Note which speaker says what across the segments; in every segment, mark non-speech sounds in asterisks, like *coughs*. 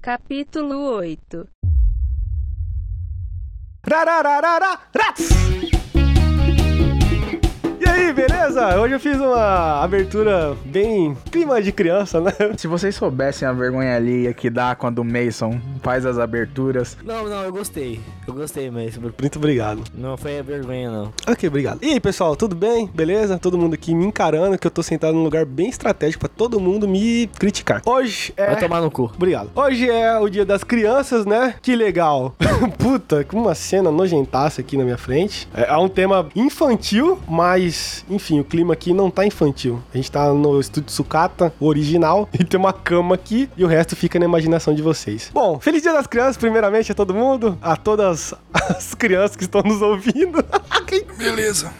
Speaker 1: Capítulo 8
Speaker 2: Rarararara, rats! E aí, beleza? Hoje eu fiz uma abertura bem clima de criança, né? *laughs*
Speaker 3: Se vocês soubessem a vergonha alheia que dá quando o Mason faz as aberturas,
Speaker 4: Não, não, eu gostei. Eu gostei, mas
Speaker 2: Muito obrigado.
Speaker 4: não foi vergonha, não.
Speaker 2: Ok, obrigado. E aí, pessoal, tudo bem? Beleza? Todo mundo aqui me encarando que eu tô sentado num lugar bem estratégico pra todo mundo me criticar. Hoje é
Speaker 4: Vai tomar no cu.
Speaker 2: Obrigado. Hoje é o dia das crianças, né? Que legal. *laughs* Puta, com uma cena nojentaça aqui na minha frente. É, é um tema infantil, mas, enfim, o clima aqui não tá infantil. A gente tá no estúdio sucata, o original, *laughs* e tem uma cama aqui, e o resto fica na imaginação de vocês. Bom, feliz dia das crianças, primeiramente, a todo mundo, a todas as *laughs* crianças que estão nos ouvindo. *laughs* Quem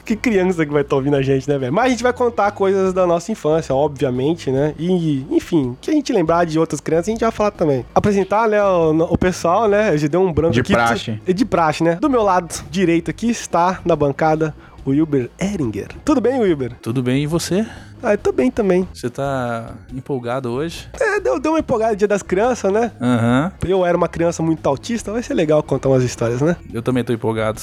Speaker 2: que criança que vai estar ouvindo a gente, né, velho? Mas a gente vai contar coisas da nossa infância, obviamente, né? E, enfim, o que a gente lembrar de outras crianças, a gente vai falar também. Apresentar, né, o, o pessoal, né? Eu já dei um branco
Speaker 3: De
Speaker 2: aqui.
Speaker 3: praxe.
Speaker 2: É De praxe, né? Do meu lado direito aqui está, na bancada, o Wilber Eringer. Tudo bem, Wilber?
Speaker 5: Tudo bem, e você?
Speaker 2: Ah, eu tô bem também.
Speaker 5: Você tá empolgado hoje?
Speaker 2: É, deu, deu uma empolgada no dia das crianças, né?
Speaker 5: Aham,
Speaker 2: Eu era uma criança muito autista, vai ser legal contar umas histórias, né?
Speaker 5: eu também
Speaker 3: *laughs*
Speaker 5: tô empolgado.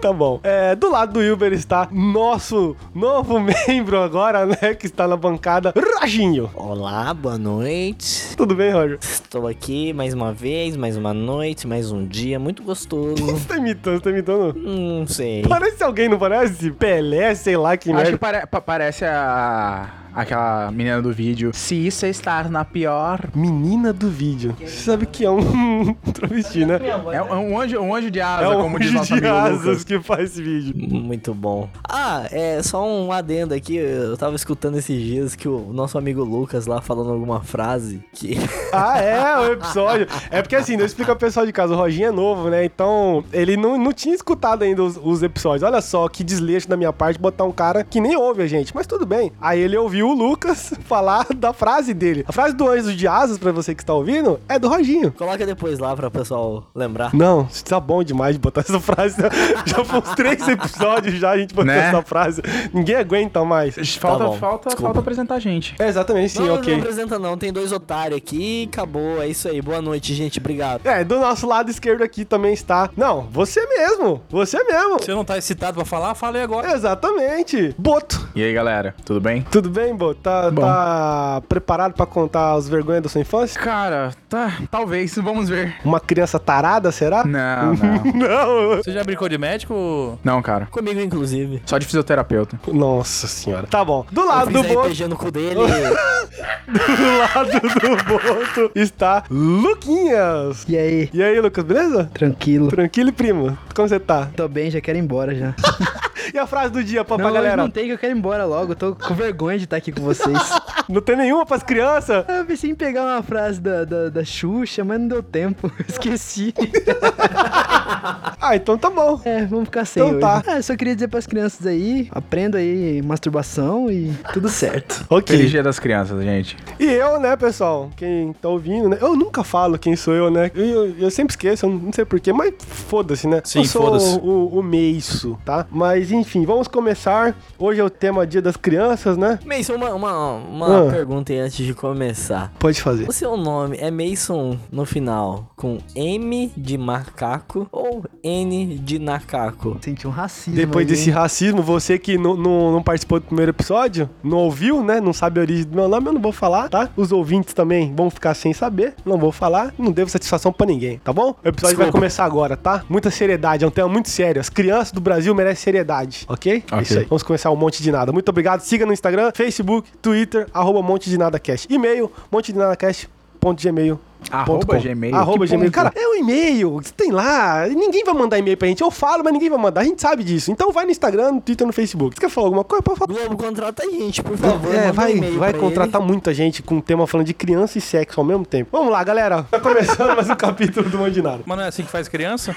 Speaker 2: Tá bom. É, do lado do Wilber está nosso novo *laughs* membro agora, né? Que está na bancada, Roginho.
Speaker 4: Olá, boa noite.
Speaker 2: Tudo bem, Roger? Você
Speaker 4: Estou aqui mais uma vez, mais uma noite, mais um dia muito gostoso.
Speaker 2: tá imitando, você tá imitando?
Speaker 4: Não sei.
Speaker 2: Parece alguém, não parece? Pelé, sei lá é. que
Speaker 3: acho que
Speaker 2: merda.
Speaker 3: pare- pa- parece a. aquela menina do vídeo. Se isso é estar na pior.
Speaker 2: Menina do vídeo. Você sabe que é um *laughs* travesti, né?
Speaker 3: É um anjo, um anjo de asa,
Speaker 2: É um
Speaker 3: como diz nosso
Speaker 2: de
Speaker 3: amigo
Speaker 2: asas
Speaker 3: Lucas.
Speaker 2: que faz esse vídeo.
Speaker 4: Muito bom. Ah, é só um adendo aqui. Eu tava escutando esses dias que o nosso amigo Lucas lá falando alguma frase que. *laughs*
Speaker 2: Ah, é, o episódio. É porque assim, eu explico ao pessoal de casa, o Roginho é novo, né? Então, ele não, não tinha escutado ainda os, os episódios. Olha só que desleixo da minha parte botar um cara que nem ouve a gente, mas tudo bem. Aí ele ouviu o Lucas *laughs* falar da frase dele. A frase do Anjo de Asas, pra você que está ouvindo, é do Roginho.
Speaker 4: Coloca depois lá pra pessoal lembrar.
Speaker 2: Não, isso tá bom demais de botar essa frase. *laughs* né? Já foi uns três episódios já a gente botou
Speaker 3: Né?
Speaker 2: essa frase. Ninguém aguenta mais.
Speaker 3: Falta,
Speaker 4: bom,
Speaker 3: falta,
Speaker 4: desculpa.
Speaker 3: falta apresentar a gente.
Speaker 2: É, exatamente, sim,
Speaker 4: não,
Speaker 2: ok.
Speaker 4: não apresenta não, tem dois otários aqui e acabou. É isso aí. Boa noite, gente. Obrigado.
Speaker 2: É, do nosso lado esquerdo aqui também está. Não, você mesmo. Você mesmo.
Speaker 5: Você não tá excitado pra falar? Falei agora.
Speaker 2: Exatamente. Boto.
Speaker 3: E aí, galera, tudo bem?
Speaker 2: Tudo bem, Boto? Tá,
Speaker 3: Bom.
Speaker 2: tá preparado pra contar as vergonhas da sua infância?
Speaker 3: Cara, tá. Talvez, vamos ver.
Speaker 2: Uma criança tarada, será? *laughs*
Speaker 3: Não, não.
Speaker 2: Não.
Speaker 5: Você já brincou de médico?
Speaker 3: não, cara.
Speaker 4: Comigo, inclusive.
Speaker 3: Só de fisioterapeuta.
Speaker 2: Nossa senhora. Tá bom. Do
Speaker 4: Eu
Speaker 2: lado
Speaker 4: fiz
Speaker 2: do Boto,
Speaker 4: RPG no cu dele.
Speaker 2: do *laughs* lado do Boto está Luquinhas.
Speaker 6: E aí,
Speaker 2: E aí, Lucas, beleza?
Speaker 6: tranquilo?
Speaker 2: Tranquilo, primo. Como você tá?
Speaker 6: Tô bem, já quero ir embora já.
Speaker 2: E a frase do dia pra, pra
Speaker 6: não, hoje
Speaker 2: galera?
Speaker 6: não tem que eu quero ir embora logo. Tô com vergonha de estar aqui com *laughs* vocês.
Speaker 2: Não tem nenhuma pras crianças?
Speaker 6: Ah, Eu pensei em pegar uma frase da, da, da Xuxa, mas não deu tempo. *laughs* Esqueci.
Speaker 2: Ah, então tá bom.
Speaker 6: É, vamos ficar sem
Speaker 2: Então
Speaker 6: hoje.
Speaker 2: tá.
Speaker 6: Ah, eu só queria dizer pras crianças aí, aprenda aí masturbação e tudo certo.
Speaker 2: Ok.
Speaker 3: Feliz dia das crianças, gente.
Speaker 2: E eu, né, pessoal? Quem tá ouvindo, né? Eu nunca falo quem sou eu, né? Eu, eu- eu sempre esqueço, eu não sei porquê, mas foda-se, né?
Speaker 5: Sim,
Speaker 2: eu sou
Speaker 5: foda-se.
Speaker 2: o, o meiço, tá? Mas enfim, vamos começar. Hoje é o tema Dia das Crianças, né?
Speaker 4: Mason, uma, uma, uma
Speaker 2: Ah.
Speaker 4: pergunta aí antes de começar.
Speaker 2: Pode fazer.
Speaker 4: O seu nome é Mason no final com M de macaco ou N de nacaco?
Speaker 6: Senti um racismo.
Speaker 2: Depois
Speaker 6: aí,
Speaker 2: desse
Speaker 6: hein?
Speaker 2: racismo, você que não, não, não participou do primeiro episódio, não ouviu, né? Não sabe a origem do meu nome, eu não vou falar, tá? Os ouvintes também vão ficar sem saber, não vou falar, não devo satisfação pra ninguém, tá bom? O episódio vai
Speaker 5: Desculpa.
Speaker 2: começar agora, tá? Muita seriedade, é um tema muito sério. As crianças do Brasil merecem seriedade, ok? É
Speaker 3: Ok.
Speaker 2: isso aí. Vamos começar um monte de nada. Muito obrigado, siga no Instagram, Facebook, Twitter, arroba monte de nada cash. E-mail, monte de nada cash. Ponto gmail.
Speaker 3: Arroba gmail.
Speaker 2: Arroba
Speaker 3: Que
Speaker 2: gmail.
Speaker 3: ponto?
Speaker 2: Cara, é um e-mail, você tem lá. Ninguém vai mandar e-mail pra gente. Eu falo, mas ninguém vai mandar. A gente sabe disso. Então vai no Instagram, no Twitter, no Facebook. Você quer falar alguma coisa? Pode falar.
Speaker 4: Globo, contrata a gente, por favor.
Speaker 2: É,
Speaker 4: manda um
Speaker 2: vai,
Speaker 4: e-mail
Speaker 2: vai
Speaker 4: pra
Speaker 2: contratar muita gente com um tema falando de criança e sexo ao mesmo tempo. Vamos lá, galera. Tá começando mais um capítulo do Mão de Nada.
Speaker 5: Mas não é assim que faz criança?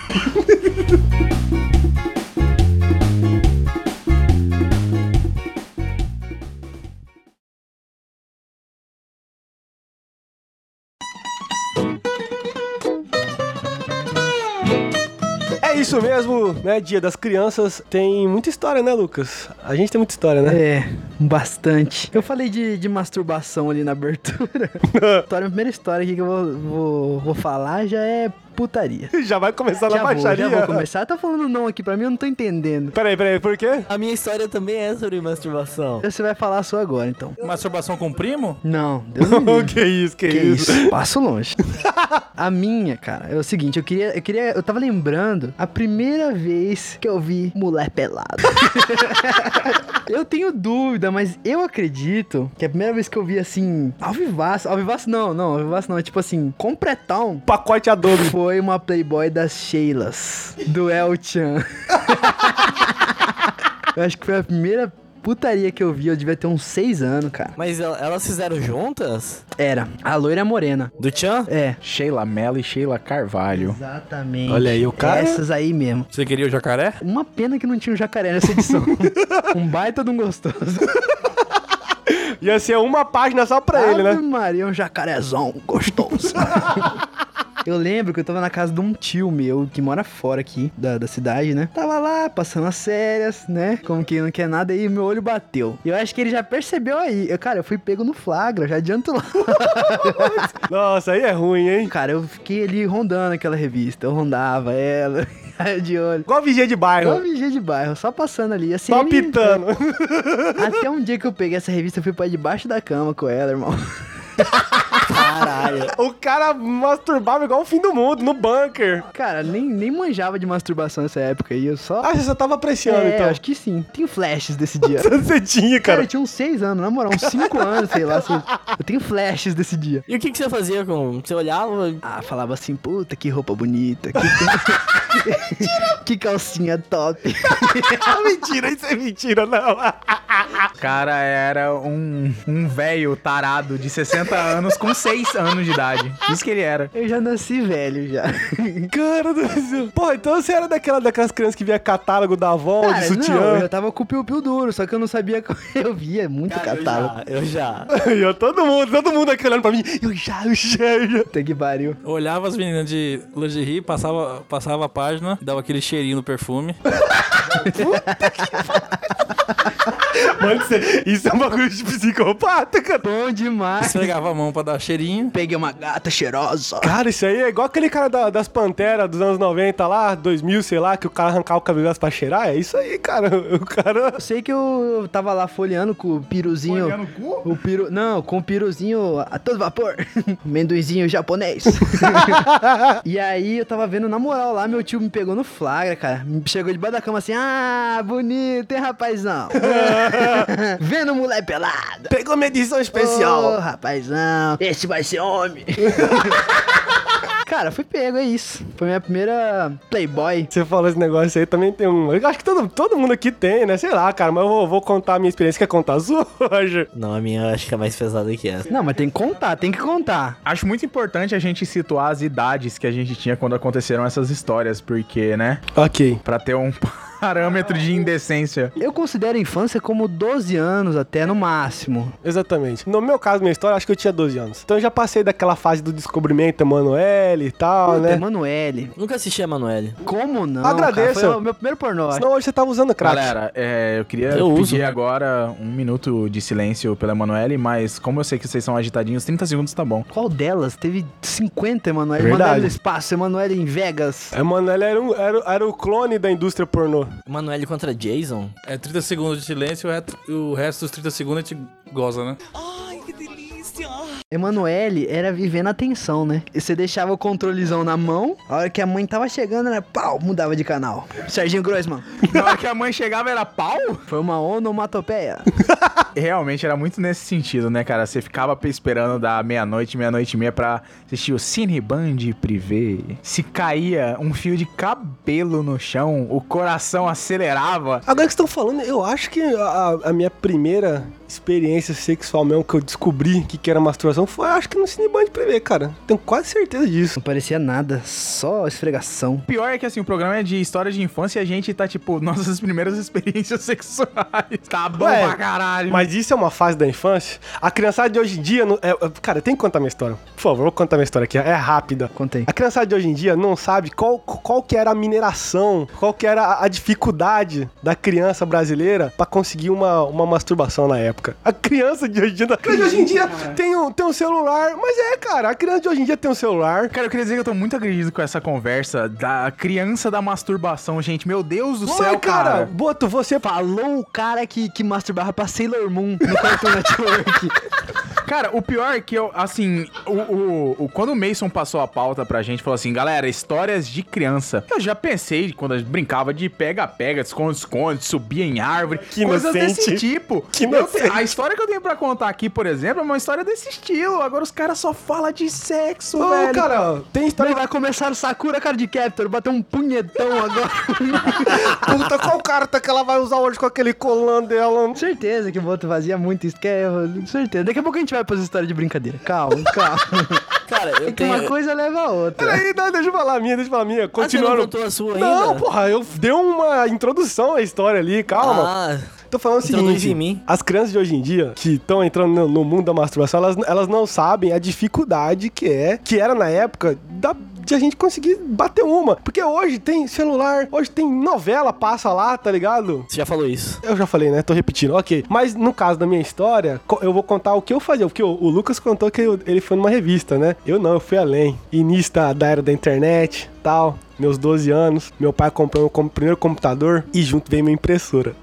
Speaker 2: É isso mesmo, né? Dia das crianças tem muita história, né, Lucas? A gente tem muita história, né?
Speaker 6: É, bastante. Eu falei de, de masturbação ali
Speaker 2: *laughs*
Speaker 6: na abertura. história, a primeira história aqui que eu vou, vou, vou falar já é putaria.
Speaker 2: *laughs* Já vai começar na
Speaker 6: já vou,
Speaker 2: baixaria.
Speaker 6: já vou começar. Tá falando não aqui pra mim, eu não tô entendendo.
Speaker 2: Peraí, peraí, por quê?
Speaker 4: A minha história também é sobre masturbação.
Speaker 6: Você vai falar a sua agora, então.
Speaker 5: Masturbação com o primo?
Speaker 6: *laughs* Não, Deus me livre.
Speaker 2: que isso, que,
Speaker 6: Que
Speaker 2: isso?
Speaker 6: isso, passo longe. *laughs* a minha, cara, é o seguinte, eu queria, eu queria, eu tava lembrando a primeira vez que eu vi mulher pelada. *laughs* eu tenho dúvida, mas eu acredito que a primeira vez que eu vi assim, ao vivaço, ao vivaço não, não, ao vivaço não, é tipo assim, completão.
Speaker 2: Pacote *laughs* Adobe.
Speaker 6: Foi uma Playboy das Sheilas, do El Chan. *laughs* eu acho que foi a primeira putaria que eu vi, eu devia ter uns seis anos, cara.
Speaker 4: Mas el- elas fizeram juntas?
Speaker 6: Era, a loira é morena.
Speaker 4: Do Chan?
Speaker 6: É,
Speaker 3: Sheila Mello e Sheila Carvalho.
Speaker 6: Exatamente.
Speaker 2: Olha aí, o cara-
Speaker 6: Essas aí mesmo.
Speaker 5: Você queria o jacaré?
Speaker 6: Uma pena que não tinha um jacaré
Speaker 2: *laughs*
Speaker 6: nessa edição. um baita de um *laughs* gostoso.
Speaker 2: Ia ser uma página só pra ele,
Speaker 6: Ave
Speaker 2: né?
Speaker 6: Maria, um jacarezão
Speaker 2: *laughs*
Speaker 6: gostoso. Eu lembro que eu tava na casa de um tio meu que mora fora aqui da, da cidade, né? Tava lá, passando as férias, né? Como que não quer nada, aí meu olho bateu. E eu acho que ele já percebeu aí. Eu, cara, eu fui pego no flagra, já adianto lá.
Speaker 2: Nossa, aí é ruim, hein?
Speaker 6: Cara, eu fiquei ali rondando aquela revista. Eu rondava ela, *laughs* de olho.
Speaker 2: Igual vigia de
Speaker 6: Só
Speaker 2: bairro.
Speaker 6: vigia de bairro, só passando ali. Assim,
Speaker 2: Só
Speaker 6: nem-
Speaker 2: pitando.
Speaker 6: *laughs* Até um dia que eu peguei essa revista, eu fui pra debaixo da cama com ela, irmão.
Speaker 4: Caralho.
Speaker 2: *laughs* O cara masturbava igual o fim do mundo, no bunker.
Speaker 6: Cara, nem, nem manjava de masturbação nessa época aí, eu só...
Speaker 2: Ah, você só tava apreciando,
Speaker 6: é,
Speaker 2: então.
Speaker 6: acho que sim. Tem flashes desse dia. Cara,
Speaker 2: é. Você tinha, *laughs* cara.
Speaker 6: eu tinha uns seis anos, na moral, uns cinco anos, sei lá. assim, eu tenho flashes desse dia.
Speaker 4: E o que, que você fazia com. Você olhava.
Speaker 6: Ah, falava assim, puta, que roupa bonita, que, *laughs* que calcinha top.
Speaker 2: Ah, mentira, isso é mentira, não.
Speaker 3: O cara era um, um velho tarado de 60 anos com 6 anos de idade. Isso que ele era.
Speaker 6: Eu já nasci velho, já.
Speaker 2: *laughs* Cara do céu. Porra, então você era daquela, daquelas crianças que via catálogo da avó, de
Speaker 6: Cara, não, eu
Speaker 2: sutiã.
Speaker 6: já tava com o piu-piu duro, só que eu não sabia como eu via, muito catálogo.
Speaker 4: Eu já.
Speaker 2: *laughs* E eu- todo mundo, todo mundo aqui olhando pra mim. Eu já, eu já, eu já.
Speaker 6: Puta que pariu.
Speaker 5: Olhava as meninas de lingerie, passava, passava a página, dava aquele cheirinho no perfume. *laughs*
Speaker 2: Mano, isso- isso é um bagulho de psicopata, cara.
Speaker 6: Bom demais.
Speaker 5: Esfregava a mão pra dar cheirinho.
Speaker 6: Peguei uma gata cheirosa.
Speaker 2: Cara, isso aí é igual aquele cara da- das Panteras dos anos 90 lá, 2000, sei lá, que o cara arrancava o cabelo delas pra cheirar. É isso aí, cara. *laughs* O cara...
Speaker 6: Eu sei que eu eu tava lá folheando com o piruzinho. Folheando o cu? piru... Não, com o piruzinho a todo vapor. *laughs* Menduizinho japonês. *laughs* e aí eu tava vendo, na moral, lá meu tio me pegou no flagra, cara. Me Chegou debaixo da cama assim, ah, bonito, hein, rapazão? *laughs* vendo mulher pelada.
Speaker 2: Pegou minha edição
Speaker 6: Ô, rapazão, esse vai ser homem. *laughs* cara, fui pego, é isso. Foi minha primeira Playboy.
Speaker 2: Você falou esse negócio aí, também tem um. Eu acho que todo, todo mundo aqui tem, né? Sei lá, cara, mas eu vou, vou contar a minha experiência. Quer contar a *laughs* sua, Roger?
Speaker 4: Não, a minha eu acho que é mais pesada que essa.
Speaker 6: Não, mas tem que contar, tem que contar.
Speaker 3: Acho muito importante a gente situar as idades que a gente tinha quando aconteceram essas histórias, porque, né?
Speaker 2: Ok.
Speaker 3: Pra ter um *laughs* parâmetro de indecência.
Speaker 6: Eu considero a infância como 12 anos até no máximo.
Speaker 2: Exatamente. No meu caso, minha história, acho que eu tinha 12 anos. Então eu já passei daquela fase do descobrimento, Emanuele e tal,
Speaker 6: Puta,
Speaker 2: né?
Speaker 6: Emanuele.
Speaker 4: Nunca assisti a Manoel.
Speaker 6: Como não?
Speaker 2: Agradeço.
Speaker 6: cara? Foi o meu primeiro pornô. acho.
Speaker 2: Senão hoje você tava usando crack.
Speaker 3: Galera, é, eu queria
Speaker 4: Eu
Speaker 3: pedir
Speaker 4: uso, né?
Speaker 3: agora um minuto de silêncio pela Emanuele, mas como eu sei que vocês são agitadinhos, 30 segundos tá bom.
Speaker 6: Qual delas? Teve 50 Emanuele.
Speaker 2: É Verdade.
Speaker 6: Emanuele no espaço, Emanuele em Vegas.
Speaker 2: A Emanuele era, um- era, era o clone da indústria pornô.
Speaker 4: Manoel contra Jason?
Speaker 5: É 30 segundos de silêncio, o reto- o resto dos 30 segundos a gente goza, né?
Speaker 6: Emanuele era vivendo a tensão, né? E você deixava o controlezão na mão, a hora que a mãe tava chegando era pau, mudava de canal. Serginho Groisman.
Speaker 3: Na hora que a mãe chegava era pau?
Speaker 6: Foi uma onomatopeia.
Speaker 2: *laughs*
Speaker 3: Realmente era muito nesse sentido, né, cara? Você ficava esperando da meia-noite, meia-noite e meia pra assistir o Cine Band Privé. Se caía um fio de cabelo no chão, o coração acelerava.
Speaker 2: Agora que vocês estão falando, eu acho que a, a minha primeira experiência sexual mesmo que eu descobri que, que era masturbação foi, acho que no Cineband Privé, cara. Tenho quase certeza disso.
Speaker 6: Não parecia nada, só esfregação.
Speaker 3: O pior é que assim, o programa é de história de infância e a gente tá, tipo, *laughs* nossas primeiras experiências *laughs* sexuais. Tá bom
Speaker 2: Ué,
Speaker 3: pra caralho.
Speaker 2: Mas isso é uma fase da infância. A criançada de hoje em dia. não- é- é- cara, tem que contar minha história. Por favor, eu vou contar minha história aqui. É rápida.
Speaker 6: Contei.
Speaker 2: A criançada de hoje em dia não sabe qual, qual que era a mineração, qual que era a, a dificuldade da criança brasileira pra conseguir uma, uma masturbação na época. A criança de hoje em dia, a criança de hoje em dia tem, um, tem um celular, mas é, cara, a criança de hoje em dia tem um celular.
Speaker 3: Cara, eu queria dizer que eu tô muito agredido com essa conversa da criança da masturbação, gente. Meu Deus do
Speaker 2: Não
Speaker 3: céu,
Speaker 2: é, cara,
Speaker 3: cara.
Speaker 2: Boto, você...
Speaker 6: Falou o cara que, que masturbava pra Sailor Moon no Cartoon *laughs* Network.
Speaker 3: Cara, o pior é que eu, assim, o, o- o- quando o Mason passou a pauta pra gente, falou assim, galera, histórias de criança. Eu já pensei quando eu brincava de pega-pega, esconde-esconde, subia em árvore,
Speaker 2: Que
Speaker 3: coisas desse
Speaker 2: inocente.
Speaker 3: tipo.
Speaker 2: Que
Speaker 3: Eu te-
Speaker 2: inocente.
Speaker 3: a história que eu tenho pra contar aqui, por exemplo, é uma história desse estilo. Agora os caras só falam de sexo,
Speaker 2: Ô,
Speaker 3: velho.
Speaker 2: cara, tem
Speaker 6: Daí
Speaker 2: história...
Speaker 6: Então vai começar o Sakura Card Captor, bater um punhetão agora.
Speaker 2: Puta, qual carta que ela vai usar hoje com aquele colã dela?
Speaker 6: *laughs* certeza que o Boto fazia muito isso, que é, eu- certeza. Daqui a pouco a gente vai pras histórias de brincadeira. *laughs* Calma, calma.
Speaker 4: Cara,
Speaker 6: É
Speaker 4: eu
Speaker 6: que
Speaker 4: tenho.
Speaker 6: uma coisa leva a outra.
Speaker 2: Peraí, não, deixa eu falar a minha, deixa eu falar a minha.
Speaker 4: Ah, você não
Speaker 2: Continuando...
Speaker 4: contou a sua ainda?
Speaker 2: Não, porra, eu dei uma introdução à história ali, calma.
Speaker 4: Ah,
Speaker 2: Tô falando o
Speaker 4: Introduz
Speaker 2: seguinte,
Speaker 4: em mim.
Speaker 2: as crianças de hoje em dia, que estão entrando no, no mundo da masturbação, elas, elas não sabem a dificuldade que é, que era na época da- de a gente conseguir bater uma. Porque hoje tem celular, hoje tem novela, passa lá, tá ligado?
Speaker 4: você já falou isso.
Speaker 2: Eu já falei, né? Tô repetindo, ok. Mas no caso da minha história, co- eu vou contar o que eu fazia. Porque o, o Lucas contou que eu- ele foi numa revista, né? Eu não, eu fui além. Início da, da era da internet, tal. Meus 12 anos, meu pai comprou o com- primeiro computador e junto veio minha impressora.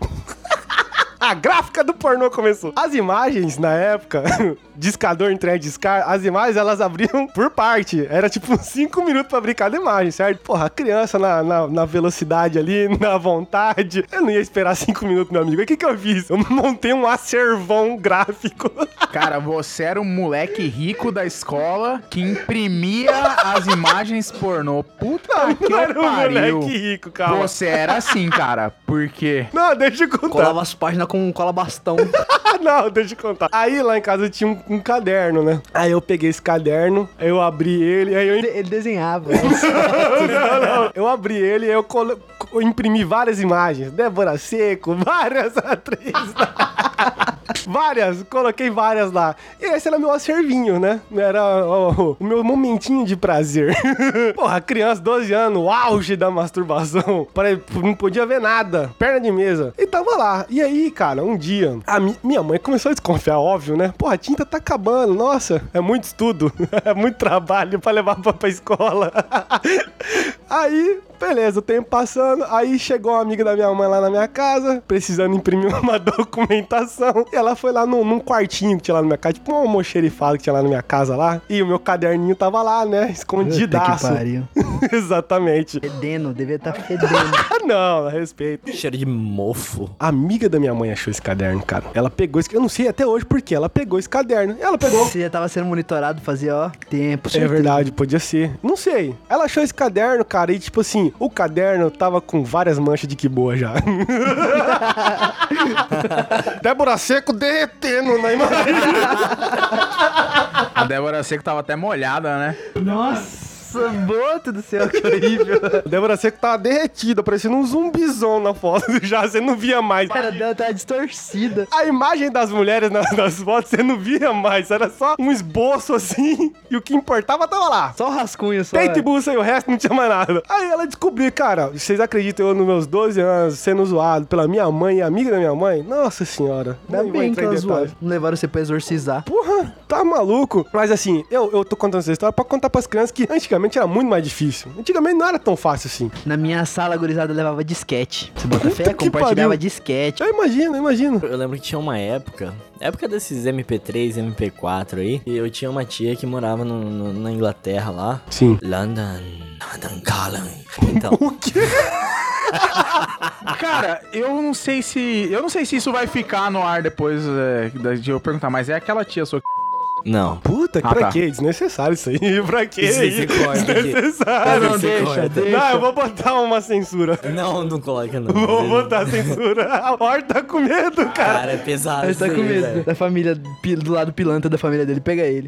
Speaker 2: A gráfica do pornô começou. As imagens, na época, *laughs* discador, internet, discar, as imagens elas abriam *laughs* por parte. Era tipo 5 minutos pra abrir cada imagem, certo? Porra, a criança na, na, na velocidade ali, *laughs* na vontade. Eu não ia esperar 5 minutos, meu amigo. Aí O que, que eu fiz? Eu montei um acervão gráfico. *laughs*
Speaker 3: Cara, você era um moleque rico da escola que imprimia as imagens pornô. Puta
Speaker 2: Não,
Speaker 3: que
Speaker 2: não era um
Speaker 3: pariu.
Speaker 2: moleque rico, calma.
Speaker 3: Você era assim, cara. Por quê?
Speaker 2: Não, deixa eu contar.
Speaker 6: Colava as páginas com um cola bastão.
Speaker 2: Ah, não, deixa eu contar. Aí lá em casa eu tinha um, um caderno, né? Aí eu peguei esse caderno, aí eu abri ele, aí eu
Speaker 6: Ele, ele *laughs* desenhava.
Speaker 2: não, *laughs* não. Eu abri ele e eu, colo- eu imprimi várias imagens. Débora Seco, *laughs* várias atrizes. *laughs* várias, coloquei várias lá. E esse era meu acervinho, né? Era o, o meu momentinho de prazer. *laughs* Porra, criança, 12 anos, o auge da masturbação. Pare- Não podia ver nada. Perna de mesa. E tava lá. E aí, cara, um dia, a mi- minha mãe começou a desconfiar, óbvio, né? Porra, a tinta tá acabando. Nossa, é muito estudo. *laughs* é muito trabalho pra levar pra, pra escola. *laughs* Aí, beleza, o tempo passando. Aí chegou uma amiga da minha mãe lá na minha casa, precisando imprimir *laughs* uma documentação. E ela foi lá num, num quartinho que tinha lá na minha casa, tipo um almoxerifado que tinha lá na minha casa lá. E o meu caderninho tava lá, né? Escondidaço. *laughs* Exatamente.
Speaker 6: Fedendo, devia estar *laughs* fedendo.
Speaker 2: Ah, não, respeito.
Speaker 4: Cheiro de mofo.
Speaker 2: A amiga da minha mãe achou esse caderno, cara. Ela pegou esse. Eu não sei até hoje por que. Ela pegou esse caderno. Ela pegou.
Speaker 6: Você já tava sendo monitorado, fazia, ó, tempo.
Speaker 2: É
Speaker 6: certeza.
Speaker 2: verdade, podia ser. Não sei. Ela achou esse caderno, cara, e tipo assim, o caderno tava com várias manchas de que boa já. *laughs* Débora Seco derretendo na imagem.
Speaker 3: A Débora Seco tava até molhada, né?
Speaker 6: Nossa, Boto do céu, que *laughs* horrível.
Speaker 2: Débora Seco tava derretida, parecendo um zumbizão na foto *laughs* já, você não via mais.
Speaker 6: A cara dela tava distorcida.
Speaker 2: A imagem das mulheres nas, nas fotos você não via mais, era só um esboço assim, e o que importava tava lá.
Speaker 6: Só o rascunho, só. é.
Speaker 2: Peito e
Speaker 6: velho.
Speaker 2: buça e o resto não tinha mais nada. Aí ela descobriu, cara, vocês acreditam eu nos meus 12 anos sendo zoado pela minha mãe e amiga da minha mãe? Nossa senhora.
Speaker 6: Ainda
Speaker 2: nem vou
Speaker 6: bem que
Speaker 2: entrar em
Speaker 6: ela
Speaker 2: detalhe.
Speaker 6: zoou. Não levaram você pra exorcizar.
Speaker 2: Porra, tá maluco? Mas assim, eu, eu tô contando essa história pra contar pras crianças que antigamente era muito mais difícil. Antigamente não era tão fácil assim.
Speaker 6: Na minha sala, a gurizada levava disquete. Você bota
Speaker 2: Puta
Speaker 6: fé,
Speaker 2: que
Speaker 6: compartilhava
Speaker 2: pariu.
Speaker 6: disquete.
Speaker 2: Eu imagino, eu imagino.
Speaker 4: Eu lembro que tinha uma época, época desses MP3, MP4 aí, e eu tinha uma tia que morava no- no- na Inglaterra lá.
Speaker 2: Sim.
Speaker 4: London. London Calling. Então,
Speaker 2: O quê?
Speaker 3: Cara, eu não sei se. Eu não sei se isso vai ficar no ar depois é, da- de eu perguntar, mas é aquela tia sua que
Speaker 4: Não.
Speaker 2: Puta, que
Speaker 3: Ah,
Speaker 2: pra
Speaker 3: tá.
Speaker 2: quê? Desnecessário isso aí. Pra quê?
Speaker 4: Isso aí você corta, que-
Speaker 2: Desnecessário.
Speaker 4: Não, deixa,
Speaker 6: Ah,
Speaker 4: É,
Speaker 2: Não, eu vou botar uma censura.
Speaker 4: Não, não coloca não.
Speaker 2: Vou botar censura. A Horta tá com medo, cara.
Speaker 4: Cara, é pesado.
Speaker 6: Ele
Speaker 4: isso
Speaker 6: tá
Speaker 4: aí,
Speaker 6: com medo
Speaker 4: velho.
Speaker 6: da família, pi- do lado pilantra da família dele,
Speaker 2: *laughs*
Speaker 6: pega ele.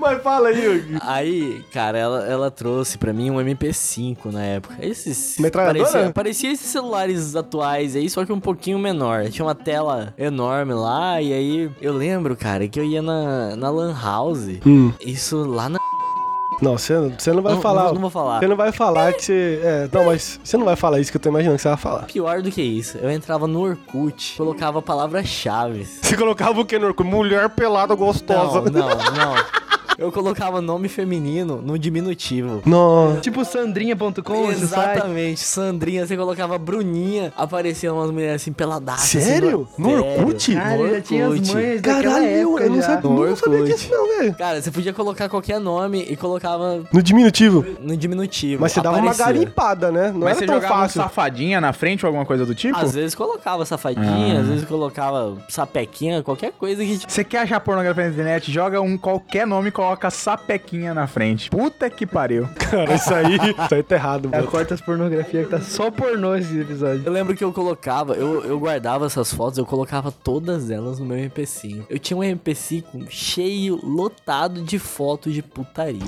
Speaker 2: Mas fala aí, Yugi.
Speaker 4: Aí, cara, ela, ela trouxe pra mim um MP5 na época. Esses.
Speaker 2: Metralhadora?
Speaker 4: Parecia, parecia esses celulares atuais aí, só que um pouquinho menor. Tinha uma tela enorme lá, e aí eu lembro, cara, que eu ia na, na Lan House.
Speaker 2: Hum.
Speaker 4: Isso lá na.
Speaker 2: Não, você você não vai
Speaker 4: Não-
Speaker 2: falar.
Speaker 4: não- não vou falar.
Speaker 2: Você não vai falar que você. É, não, mas você não vai falar isso que eu tô imaginando que você vai *laughs* falar.
Speaker 4: Pior do que isso, eu entrava no Orkut, colocava a palavra-chave.
Speaker 2: Você colocava o que no Orkut? Mulher pelada
Speaker 4: Não,
Speaker 2: gostosa.
Speaker 4: não, não. Eu colocava nome feminino no diminutivo.
Speaker 2: Nossa.
Speaker 6: tipo sandrinha.com, esse site.
Speaker 4: Exatamente, Sandrinha, você colocava Bruninha, apareciam umas mulheres assim peladaças.
Speaker 2: Sério?
Speaker 4: assim,
Speaker 2: No Orkut?
Speaker 6: Cara,
Speaker 4: No
Speaker 6: Ah, já tinha as
Speaker 4: Orkut.
Speaker 2: é
Speaker 6: mães daquela
Speaker 2: Caralho,
Speaker 6: época
Speaker 2: eu não
Speaker 6: já.
Speaker 2: sabia,
Speaker 4: No
Speaker 2: não sabia
Speaker 4: Orkut.
Speaker 2: disso, não, velho.
Speaker 4: Cara, você podia colocar qualquer nome e colocava
Speaker 2: No diminutivo.
Speaker 4: no diminutivo.
Speaker 2: Mas você dava uma
Speaker 4: aparecia.
Speaker 2: garimpada, né? Não
Speaker 3: Mas
Speaker 2: era
Speaker 3: você
Speaker 2: tão
Speaker 3: jogava um
Speaker 2: fácil.
Speaker 3: safadinha na frente ou alguma coisa do tipo?
Speaker 4: Às vezes colocava safadinha, às vezes colocava sapequinha, qualquer coisa que
Speaker 3: Você quer achar pornografia na internet? Joga um qualquer nome e coloca sapequinha na frente. Puta que pariu.
Speaker 2: Cara, isso aí. *laughs* Isso aí tá errado,
Speaker 6: Já
Speaker 2: mano.
Speaker 6: corta as pornografias que tá só pornô esse episódio.
Speaker 4: Eu lembro que eu colocava, eu, eu guardava essas fotos, eu colocava todas elas no meu MP5. Eu tinha um MP5 cheio, lotado de fotos de putaria.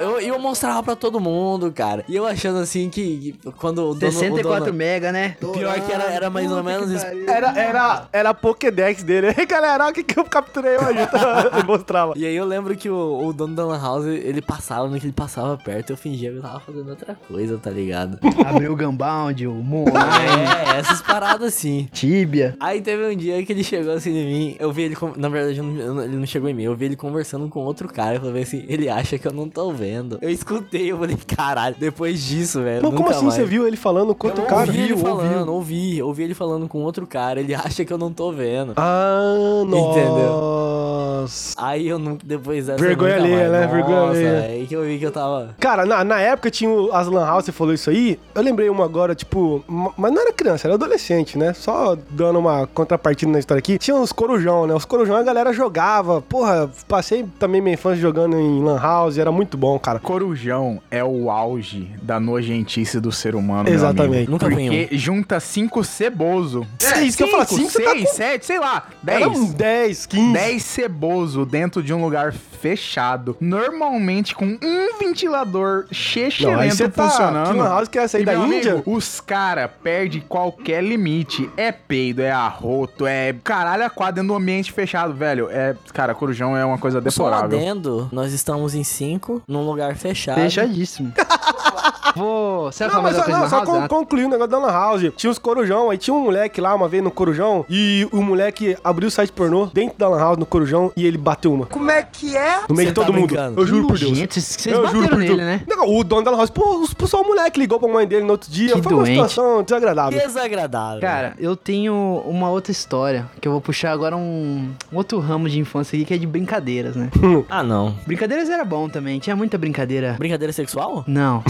Speaker 4: eu, eu mostrava pra todo mundo, cara. E eu achando assim que, que quando o dono, o
Speaker 6: 64
Speaker 4: dono-
Speaker 6: mega, né? É.
Speaker 4: Pior que era, era mais ou menos isso.
Speaker 2: Era, era, era a Pokédex dele. *laughs* Ei, galera, olha o que, que eu capturei hoje. *laughs* Eu mostrava.
Speaker 4: E aí eu lembro que o, o dono da Lan House, ele passava, no que ele passava perto, eu fingia que eu tava fazendo outra coisa, tá ligado?
Speaker 6: Abriu o Gunbound, o Moon,
Speaker 2: *laughs*
Speaker 4: é, essas paradas assim.
Speaker 6: Tibia.
Speaker 4: Aí teve um dia que ele chegou assim em mim, eu vi ele, con- na verdade eu não- eu não- ele não chegou em mim, eu vi ele conversando com outro cara, eu falei assim, ele acha que eu não tô vendo. Eu escutei, eu falei, caralho, depois disso, velho,
Speaker 2: Não, como
Speaker 4: nunca
Speaker 2: assim
Speaker 4: mais.
Speaker 2: você viu ele falando com outro
Speaker 4: Eu
Speaker 2: cara?
Speaker 4: ouvi ele
Speaker 2: Viu, ouviu.
Speaker 4: falando, ouvi, ouvi ele falando com outro cara, ele acha que eu não tô vendo.
Speaker 2: Ah,
Speaker 4: Entendeu?
Speaker 2: nossa.
Speaker 4: Aí eu nunca, depois dessa,
Speaker 2: Vergonha
Speaker 4: nunca
Speaker 2: alheia,
Speaker 4: mais.
Speaker 2: né? Vergonha
Speaker 4: Nossa,
Speaker 2: alheia.
Speaker 4: velho, aí que eu vi que eu tava...
Speaker 2: Cara, na, na época tinha o- as Lan House, você falou isso aí. Eu lembrei uma agora, tipo. ma- Mas não era criança, era adolescente, né? Só dando uma contrapartida na história aqui. Tinha os corujão, né? Os corujão a galera jogava. Porra, passei também minha infância jogando em Lan House, era muito bom, cara.
Speaker 3: Corujão é o auge da nojentice do ser humano. meu
Speaker 2: Exatamente.
Speaker 4: Nunca vi um.
Speaker 6: é
Speaker 3: Porque junta cinco ceboso.
Speaker 2: É, isso que eu falo, cinco, você tá
Speaker 3: seis, sete, sei lá,
Speaker 2: Era um
Speaker 3: dez.
Speaker 2: 10, 15.
Speaker 3: Dez ceboso dentro de um lugar fechado. Normalmente com um ventilador
Speaker 2: Não, aí
Speaker 3: chechelento
Speaker 2: você tá. Que
Speaker 3: funcionando.
Speaker 2: Lan House quer sair
Speaker 3: E,
Speaker 2: da
Speaker 3: meu amigo,
Speaker 2: Índia?
Speaker 3: os cara perde qualquer limite. É peido, é arroto, é caralho a quadra dentro do ambiente fechado, velho. É, cara, corujão é uma coisa
Speaker 4: Só um
Speaker 3: deplorável.
Speaker 4: adendo, nós estamos em cinco, num lugar
Speaker 2: *laughs*
Speaker 4: fechado.
Speaker 6: Fechadíssimo. Vou. Será que
Speaker 2: Não, mas
Speaker 6: mais
Speaker 2: só,
Speaker 6: uma coisa né?
Speaker 2: não,
Speaker 6: na
Speaker 2: só con-
Speaker 6: razão?
Speaker 2: concluiu o negócio da Lan House. Tinha os corujão, aí tinha um moleque lá uma vez no corujão e o moleque abriu o site pornô dentro da Lan House no corujão e ele bateu uma. Como é que é? No meio de
Speaker 4: Você
Speaker 2: todo
Speaker 4: tá
Speaker 2: mundo.
Speaker 4: brincando.
Speaker 2: Eu juro por Deus.
Speaker 6: Gente, vocês
Speaker 2: eu juro
Speaker 6: bateram
Speaker 2: por
Speaker 6: nele,
Speaker 2: Deus.
Speaker 6: né?
Speaker 2: Não, o dono da Lan House, pô, expulsou o moleque, ligou pra mãe dele no outro dia.
Speaker 6: Que
Speaker 2: Foi
Speaker 6: doente.
Speaker 2: uma situação desagradável.
Speaker 4: Desagradável.
Speaker 6: Cara, eu tenho uma outra história que eu vou puxar agora um, um outro ramo de infância aqui que é de brincadeiras, né?
Speaker 4: Ah, não.
Speaker 6: brincadeiras era bom também, tinha muita brincadeira.
Speaker 4: Brincadeira sexual?
Speaker 6: Não.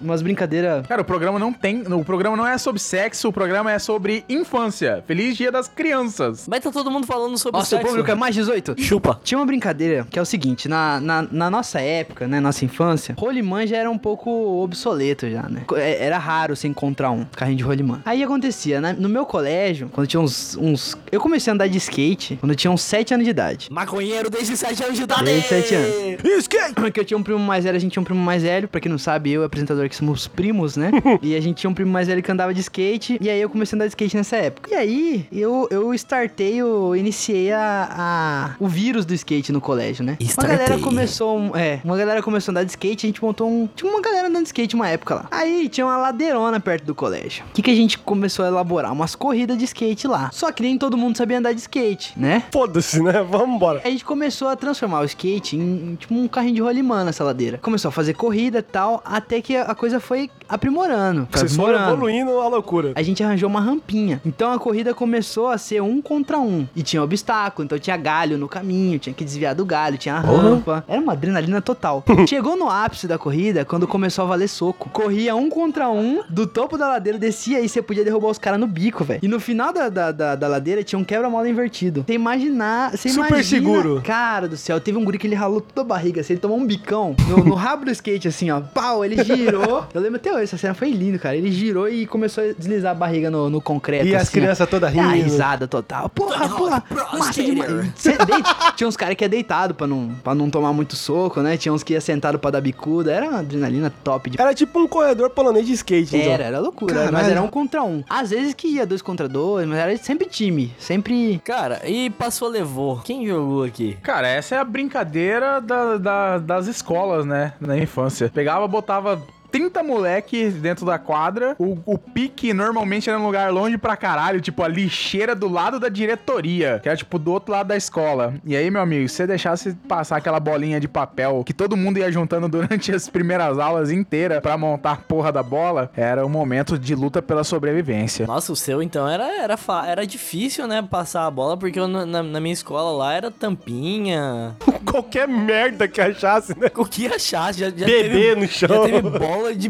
Speaker 6: Umas brincadeiras.
Speaker 3: Cara, o programa não tem. O programa não é sobre sexo, o programa é sobre infância. Feliz dia das crianças.
Speaker 4: Mas tá todo mundo falando sobre
Speaker 6: Nossa, o
Speaker 4: sexo.
Speaker 6: público é mais 18?
Speaker 4: Chupa.
Speaker 6: Tinha uma brincadeira que é o seguinte, na, na, na nossa época, né, nossa infância, rolimã já era um pouco obsoleto já, né? Co- é- Era raro você encontrar um carrinho de rolimã. Aí acontecia, né, no meu colégio, quando tinha uns, uns... Eu comecei a andar de skate quando eu tinha uns 7 anos de idade.
Speaker 4: Maconheiro desde 7 anos de idade.
Speaker 6: Desde sete anos.
Speaker 2: Isso que é?
Speaker 6: *coughs* Porque eu tinha um primo mais velho, a gente tinha um primo mais velho, pra quem não sabe, eu e o apresentador que somos primos, né? e a gente tinha um primo mais velho que andava de skate, e aí eu comecei a andar de skate nessa época. E aí, eu, eu startei, eu iniciei a, a- o vírus do skate no colégio, né?
Speaker 4: Startei.
Speaker 6: Uma galera começou, um- é, uma galera começou a andar de skate, a gente montou um, tinha uma galera andando de skate uma época lá. Aí, tinha uma ladeirona perto do colégio. O que que a gente começou a elaborar? Umas corridas de skate lá. Só que nem todo mundo sabia andar de skate, né?
Speaker 2: Foda-se, né? Vamos embora.
Speaker 6: A gente começou a transformar o skate em, em, tipo um carrinho de rolimã nessa ladeira. Começou a fazer corrida e tal, até que a, a coisa foi aprimorando. foi
Speaker 2: Vocês foram
Speaker 6: aprimorando.
Speaker 2: evoluindo a loucura.
Speaker 6: A gente arranjou uma rampinha. Então a corrida começou a ser um contra um. E tinha obstáculo, então tinha galho no caminho, tinha que desviar do galho, tinha a rampa. Era uma
Speaker 2: *laughs*
Speaker 6: adrenalina total. Chegou no ápice da corrida quando começou a valer soco. Corria um contra um, do topo da ladeira descia e você podia derrubar os caras no bico, velho. E no final da, da, da- da ladeira tinha um quebra-mola invertido. Você imaginar. Você
Speaker 2: Super
Speaker 6: imagina-
Speaker 2: seguro.
Speaker 6: Cara do céu, teve um guri que ele ralou toda a barriga, assim, ele tomou um bicão no, no rabo do skate, assim, ó. Pau, ele girou. Eu lembro até hoje, essa cena foi lindo, cara. Ele girou e começou a deslizar a barriga no, no concreto.
Speaker 2: E as
Speaker 6: assim, ó.
Speaker 2: crianças todas rindo.
Speaker 6: Ah, risada total. Porra, porra. Massa demais. Cê deita- Tinha uns caras que é deitado pra não, pra não tomar muito soco, né? Tinha uns que ia sentado pra dar bicuda. Era uma adrenalina top de
Speaker 2: Era tipo um corredor polonês de skate, então.
Speaker 6: era, era loucura, mas
Speaker 2: Caralho.
Speaker 6: era um contra um. Às vezes que ia dois contra dois, mas era sempre time, sempre
Speaker 4: Cara, e passou levou. Quem jogou aqui?
Speaker 3: Cara, essa é a brincadeira da- da- das escolas, né? Na infância. Pegava, botava 30 moleques dentro da quadra. O, o pique normalmente era um lugar longe pra caralho, tipo a lixeira do lado da diretoria, que era tipo do outro lado da escola. E aí, meu amigo, se você deixasse passar aquela bolinha de papel que todo mundo ia juntando *laughs* durante as primeiras aulas inteiras pra montar a porra da bola, era um momento de luta pela sobrevivência.
Speaker 4: Nossa, o seu então era, era, fa- era difícil, né? Passar a bola, porque eu na- na, na minha escola lá
Speaker 2: *laughs*
Speaker 4: era tampinha.
Speaker 2: *laughs* Qualquer merda que achasse, né?
Speaker 4: O que achar? Já, já
Speaker 2: Bebê
Speaker 4: teve,
Speaker 2: no chão.
Speaker 4: Já
Speaker 6: é
Speaker 4: teve bola de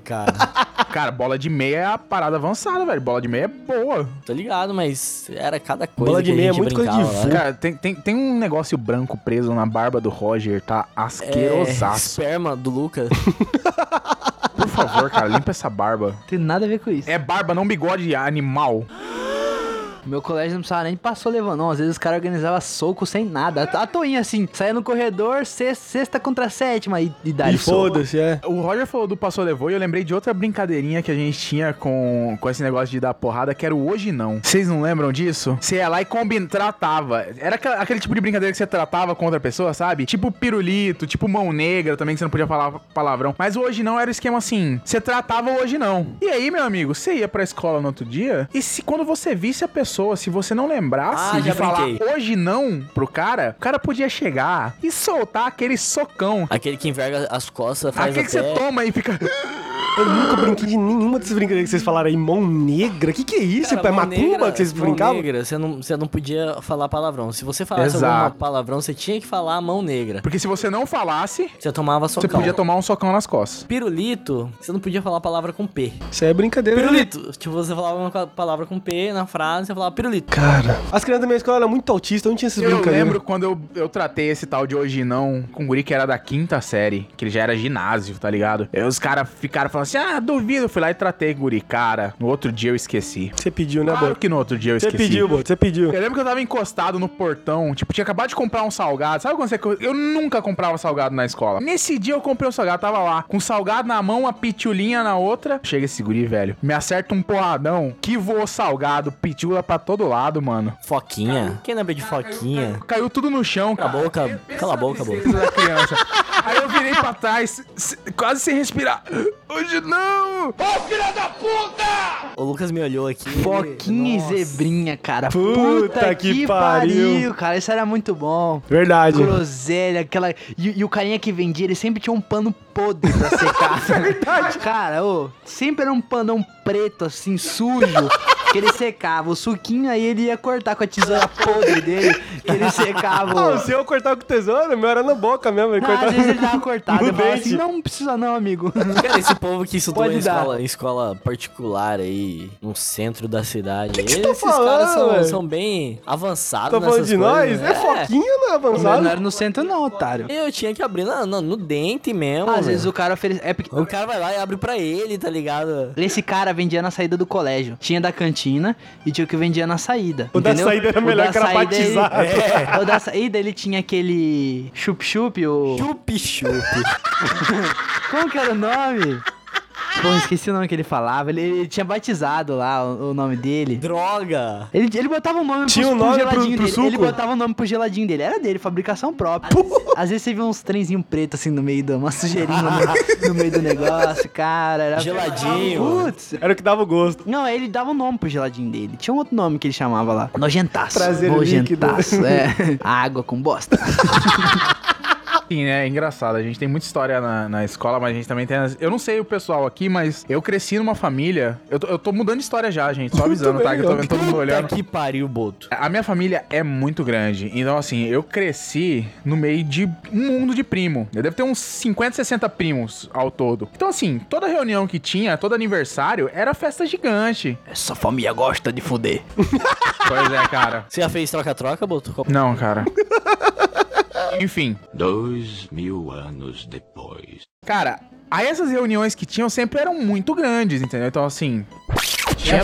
Speaker 2: *laughs*
Speaker 4: cara.
Speaker 3: Cara, bola de meia é a parada avançada, velho. Bola de meia é boa.
Speaker 4: Tô ligado, mas era cada coisa.
Speaker 2: Bola de
Speaker 4: que a
Speaker 2: meia é
Speaker 4: gente
Speaker 2: muito coisa de
Speaker 4: brincava lá.
Speaker 2: vô.
Speaker 3: Cara, tem, tem, tem um negócio branco preso na barba do Roger, tá
Speaker 4: É,
Speaker 3: asquerosaço.
Speaker 4: esperma
Speaker 2: *laughs*
Speaker 4: do Lucas.
Speaker 3: Por favor, cara, limpa essa barba.
Speaker 6: não tem nada a ver com isso.
Speaker 3: É barba, não bigode animal.
Speaker 6: Meu colégio não precisava nem passou levando, não. Às vezes os caras organizavam soco sem nada. A a toinha assim, saia no corredor, se- sexta contra sétima e, e dá
Speaker 2: E foda-se, é.
Speaker 3: O Roger falou do passou levou e eu lembrei de outra brincadeirinha que a gente tinha com, com esse negócio de dar porrada, que era o hoje não. Vocês não lembram disso? Você ia lá e combina, tratava. Era aquela- aquele tipo de brincadeira que você tratava com outra pessoa, sabe? Tipo pirulito, tipo mão negra também, que você não podia falar palavrão. Mas o hoje não era o esquema assim, você tratava o hoje não. E aí, meu amigo, você ia pra escola no outro dia e se quando você visse a pessoa, se você não lembrasse
Speaker 4: Ah,
Speaker 3: de
Speaker 4: já
Speaker 3: falar
Speaker 4: brinquei.
Speaker 3: hoje não pro cara, o cara podia chegar e soltar aquele socão.
Speaker 4: Aquele que enverga as costas
Speaker 2: Ah,
Speaker 4: faz
Speaker 3: Aquele que
Speaker 4: até...
Speaker 3: você toma e fica...
Speaker 2: Eu nunca brinquei de nenhuma dessas brincadeiras que vocês falaram aí. Mão negra? O que, que é isso?
Speaker 4: Cara,
Speaker 2: é
Speaker 4: mão
Speaker 2: macumba
Speaker 4: negra-
Speaker 2: que vocês
Speaker 4: mão
Speaker 2: brincavam?
Speaker 4: negra, você não, você não podia falar palavrão. Se você falasse
Speaker 3: Exato.
Speaker 4: alguma palavrão, você tinha que falar a mão negra.
Speaker 3: Porque se você não falasse,
Speaker 4: Você tomava
Speaker 3: você
Speaker 4: socão.
Speaker 3: podia tomar um socão nas costas.
Speaker 4: Pirulito, você não podia falar a palavra com P.
Speaker 2: Isso aí é brincadeira. né?
Speaker 4: Pirulito, tipo, você falava uma co- palavra com P na frase, você falava pirulito.
Speaker 2: Cara, as crianças da minha escola eram muito autistas, não tinha essas
Speaker 3: Eu
Speaker 2: brincadeiras.
Speaker 3: lembro quando eu, eu tratei esse tal de hoje não com um guri que era da quinta série, que ele já era ginásio, tá ligado? Aí os caras ficaram falando assim, ah, duvido. Eu fui lá e tratei guri. Cara, no outro dia eu esqueci.
Speaker 2: Você pediu, né,
Speaker 3: Claro
Speaker 2: Boto?
Speaker 3: que no outro dia eu
Speaker 2: Você
Speaker 3: esqueci.
Speaker 2: pediu, Boto, você pediu.
Speaker 3: Eu lembro que eu tava encostado no portão, tipo, tinha acabado de comprar um salgado. Sabe quando você. co- Eu nunca comprava salgado na escola. Nesse dia eu comprei um salgado, tava lá, com salgado na mão, uma pitulinha na outra. Chega esse guri, velho. Me acerta um porradão, que voou salgado, pitula pra todo lado, mano.
Speaker 4: Foquinha. Quem lembra de Foquinha?
Speaker 3: Caiu tudo no chão,
Speaker 4: Cala a
Speaker 3: cara.
Speaker 4: boca, cala a boca, boca.
Speaker 3: *laughs* Da criança. Aí eu virei pra trás, se- quase sem respirar. Hoje não!
Speaker 4: O Lucas me olhou aqui.
Speaker 6: Foquinha
Speaker 4: Nossa.
Speaker 6: e zebrinha, cara.
Speaker 2: Puta que pariu.
Speaker 6: cara. Isso era muito bom.
Speaker 2: Verdade.
Speaker 6: Groselha, aquela. E, e o carinha que vendia, ele sempre tinha um pano podre pra
Speaker 2: *laughs*
Speaker 6: secar.
Speaker 2: é
Speaker 6: Verdade. Cara, ô, sempre era um panão preto, assim, sujo. Que ele secava o suquinho, aí ele ia cortar com a tesoura podre dele, que ele secava.
Speaker 2: Ah,
Speaker 6: ô.
Speaker 2: o seu eu cortava com tesoura, meu era na boca mesmo. ele
Speaker 6: Não,
Speaker 2: cortava- *laughs*
Speaker 6: às vezes ele dava uma cortada.
Speaker 2: No
Speaker 6: Eu falava
Speaker 2: dente.
Speaker 6: assim, não precisa não, *laughs* amigo.
Speaker 4: Cara, esse povo que estudou
Speaker 6: Pode
Speaker 4: em
Speaker 6: dar.
Speaker 4: escola, em escola particular aí, no centro da cidade.
Speaker 2: que você tá
Speaker 4: esses
Speaker 2: falando,
Speaker 4: caras são,
Speaker 2: velho?
Speaker 4: são bem avançados
Speaker 2: Tá falando
Speaker 4: nessas
Speaker 2: de
Speaker 4: coisas,
Speaker 2: nós? É,
Speaker 4: né?
Speaker 2: foquinha, né,
Speaker 6: Não
Speaker 2: avançado?
Speaker 6: era é no centro não, otário.
Speaker 4: Eu tinha que abrir na- na- no dente mesmo.
Speaker 6: Às vezes
Speaker 4: velho.
Speaker 6: o cara oferece... É porque...
Speaker 4: o... cara vai lá e abre pra ele, tá ligado?
Speaker 6: Esse cara vendia na saída do colégio. Tinha da cantina e tinha o que vendia na saída.
Speaker 2: O da
Speaker 6: entendeu?
Speaker 2: saída era melhor,
Speaker 6: da
Speaker 2: que era
Speaker 6: saída,
Speaker 2: batizado.
Speaker 6: ele- *laughs* É. O da saída ele tinha aquele chup-chup, o...
Speaker 4: Chup-chup.
Speaker 6: Como que era o nome? Pô, esqueci o nome que ele falava. Ele, ele tinha batizado lá o, o nome
Speaker 4: *laughs*
Speaker 6: dele.
Speaker 4: Droga.
Speaker 6: Ele, ele botava o nome
Speaker 2: Tinha
Speaker 6: pro,
Speaker 2: um nome pro-
Speaker 6: geladinho
Speaker 2: pro
Speaker 6: dele. Ele
Speaker 2: suco?
Speaker 6: botava o nome pro geladinho dele. Era dele, fabricação própria. Às vezes, às vezes você via uns trenzinhos pretos assim no meio do. Uma sujeirinha no, no meio do negócio, cara. Era
Speaker 4: Geladinho.
Speaker 6: Putz.
Speaker 2: Era o que dava o gosto.
Speaker 6: Não, ele dava o nome pro geladinho dele. Tinha um outro nome que ele chamava lá. Nojentaço.
Speaker 2: Prazer líquido.
Speaker 6: Nojentaço, é. Água com bosta.
Speaker 3: Sim, né? É engraçado. A gente tem muita história na, na escola, mas a gente também tem. as- Eu não sei o pessoal aqui, mas eu cresci numa família. Eu tô, eu tô mudando de história já, gente. Só avisando,
Speaker 2: Muito
Speaker 3: tá?
Speaker 2: bem,
Speaker 3: Que *laughs* eu tô
Speaker 2: ó.
Speaker 3: vendo todo mundo olhando.
Speaker 4: Puta que pariu, Boto.
Speaker 3: A minha família é muito grande. Então, assim, eu cresci no meio de um mundo de primo. Eu devo ter uns 50, 60 primos ao todo. Então, assim, toda reunião que tinha, todo aniversário, era festa gigante.
Speaker 4: Essa família gosta de fuder.
Speaker 3: Pois é, cara.
Speaker 4: Você já fez troca-troca, Boto? Qual-
Speaker 3: Não, *laughs* cara. Enfim,
Speaker 7: Dois mil anos depois.
Speaker 3: cara, aí essas reuniões que tinham sempre eram muito grandes, entendeu? Então, assim. tinha-